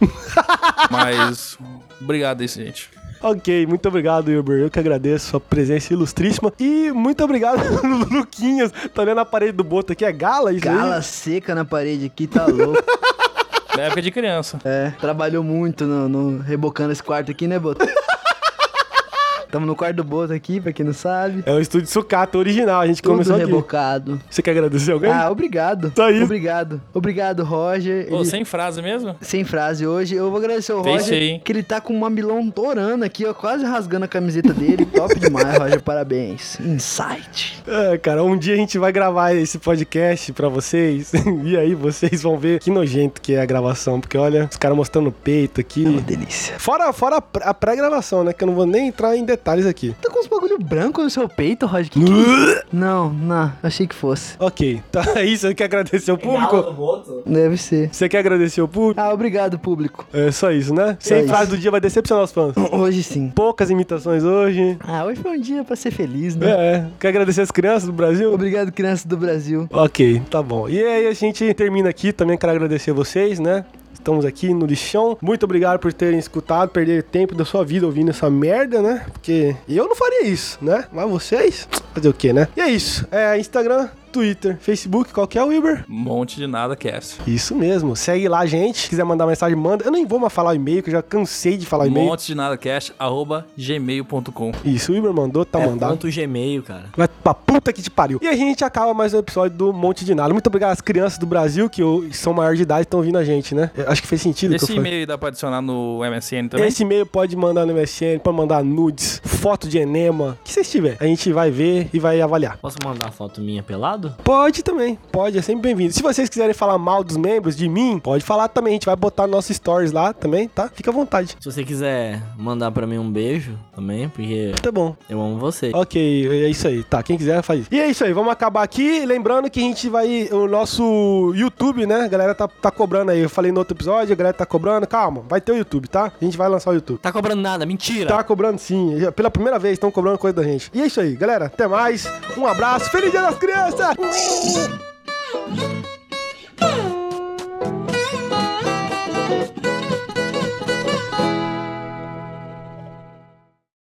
Speaker 5: Mas. Obrigado aí, gente.
Speaker 2: Ok, muito obrigado, Wilber. Eu que agradeço a sua presença ilustríssima. E muito obrigado, *laughs* Luquinhas. Tá olhando a parede do Boto aqui, é gala isso aí?
Speaker 6: Gala seca na parede aqui, tá louco.
Speaker 5: Da época de criança.
Speaker 6: *laughs* É, trabalhou muito no, no- rebocando esse quarto aqui, né, *laughs* Boto? Tamo no quarto do Boto aqui, pra quem não sabe.
Speaker 2: É o estúdio sucata original, a gente
Speaker 6: Tudo
Speaker 2: começou aqui. Tá
Speaker 6: rebocado.
Speaker 2: Você quer agradecer alguém?
Speaker 6: Ah, obrigado.
Speaker 2: Só isso.
Speaker 6: Obrigado. Obrigado, Roger.
Speaker 5: Ô,
Speaker 6: Ele-
Speaker 5: sem frase mesmo?
Speaker 6: Sem frase hoje. Eu vou agradecer ao
Speaker 5: Tem
Speaker 6: Roger,
Speaker 5: isso aí, hein?
Speaker 6: que ele tá com um mamilão torando aqui, ó, quase rasgando a camiseta dele. *laughs* Top demais, Roger. Parabéns. Insight.
Speaker 2: É, cara, um dia a gente vai gravar esse podcast pra vocês. *laughs* e aí vocês vão ver que nojento que é a gravação. Porque olha, os caras mostrando o peito aqui.
Speaker 6: Uma delícia.
Speaker 2: Fora, fora a pré- a pré-gravação, né? Que eu não vou nem entrar em detalhes *laughs* aqui.
Speaker 6: Tá com uns bagulho branco no seu peito, Roger? Que que é isso? Não, não. Achei que fosse.
Speaker 2: Ok, tá aí. Você quer agradecer o público?
Speaker 6: Deve ser.
Speaker 2: Você quer agradecer o público?
Speaker 6: Ah, obrigado, público.
Speaker 2: É só isso, né? Sem
Speaker 6: isso.
Speaker 2: frase do dia vai decepcionar os fãs.
Speaker 6: Hoje sim.
Speaker 2: Poucas imitações hoje.
Speaker 6: Ah, hoje foi um dia pra ser feliz, né?
Speaker 2: É, quer agradecer as crianças do Brasil?
Speaker 6: Obrigado, crianças do Brasil.
Speaker 2: Ok, tá bom. E aí a gente termina aqui. Também quero agradecer vocês, né? Estamos aqui no lixão. Muito obrigado por terem escutado, perder tempo da sua vida ouvindo essa merda, né? Porque eu não faria isso, né? Mas vocês, fazer o quê, né? E é isso. É Instagram, Twitter, Facebook, qual que é o Uber?
Speaker 5: Um monte de nada cast.
Speaker 2: Isso mesmo. Segue lá, gente. Se quiser mandar mensagem, manda. Eu nem vou mais falar o e-mail, que eu já cansei de falar
Speaker 5: Um
Speaker 2: o e-mail.
Speaker 5: monte de nada cast, arroba gmail.com.
Speaker 2: Isso, o Uber mandou, tá
Speaker 4: É
Speaker 2: mandado.
Speaker 4: ponto Gmail, cara.
Speaker 2: Vai pra puta que te pariu. E a gente acaba mais um episódio do Monte de Nada. Muito obrigado às crianças do Brasil que eu- que são maiores de idade estão ouvindo a gente, né? Eu Acho que fez sentido o que eu
Speaker 5: Esse
Speaker 2: falei.
Speaker 5: e-mail dá pra adicionar no MSN também?
Speaker 2: Esse e-mail pode mandar no MSN, pode mandar nudes, foto de enema, o que vocês tiver. A gente vai ver e vai avaliar.
Speaker 4: Posso mandar uma foto minha pelado?
Speaker 2: Pode também, pode, é sempre bem-vindo. Se vocês quiserem falar mal dos membros, de mim, pode falar também. A gente vai botar no nosso stories lá também, tá? Fica à vontade.
Speaker 4: Se você quiser mandar pra mim um beijo também, porque
Speaker 2: Tá bom.
Speaker 4: eu amo você.
Speaker 2: Ok, é isso aí. Tá, quem quiser faz isso. E é isso aí, vamos acabar aqui. Lembrando que a gente vai. O nosso YouTube, né? A galera tá, tá cobrando aí. Eu falei no outro episódio, a galera tá cobrando. Calma, vai ter o YouTube, tá? A gente vai lançar o YouTube.
Speaker 4: Tá cobrando nada, mentira!
Speaker 2: Tá cobrando sim. Já Pela primeira vez estão cobrando coisa da gente. E é isso aí, galera. Até mais. Um abraço. Feliz Dia das Crianças!